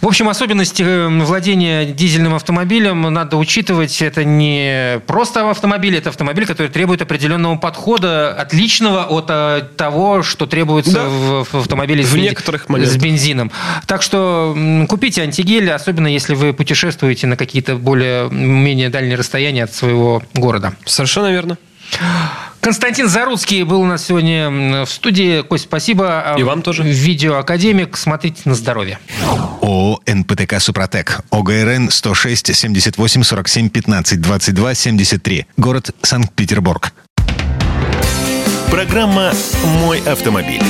S2: В общем, особенности э, владения дизельным автомобилем надо учитывать. Это не просто автомобиль, это автомобиль, который требует определенного подхода, отличного от э, того, что требуется
S3: Да.
S2: в, в автомобиле с,
S3: В
S2: бензи-
S3: некоторых моментах.
S2: с бензином. Так что м, купите антигель, особенно если вы путешествуете на какие-то более м, менее дальние расстояния от своего города.
S3: Совершенно верно.
S2: Константин Заруцкий был у нас сегодня м, в студии. Кость, спасибо. А
S3: И вам тоже.
S2: Видеоакадемик. Смотрите на здоровье.
S5: ООО «НПТК Супротек». ОГРН 106 78 47 15 22 73. Город Санкт-Петербург.
S1: Программа «Мой автомобиль».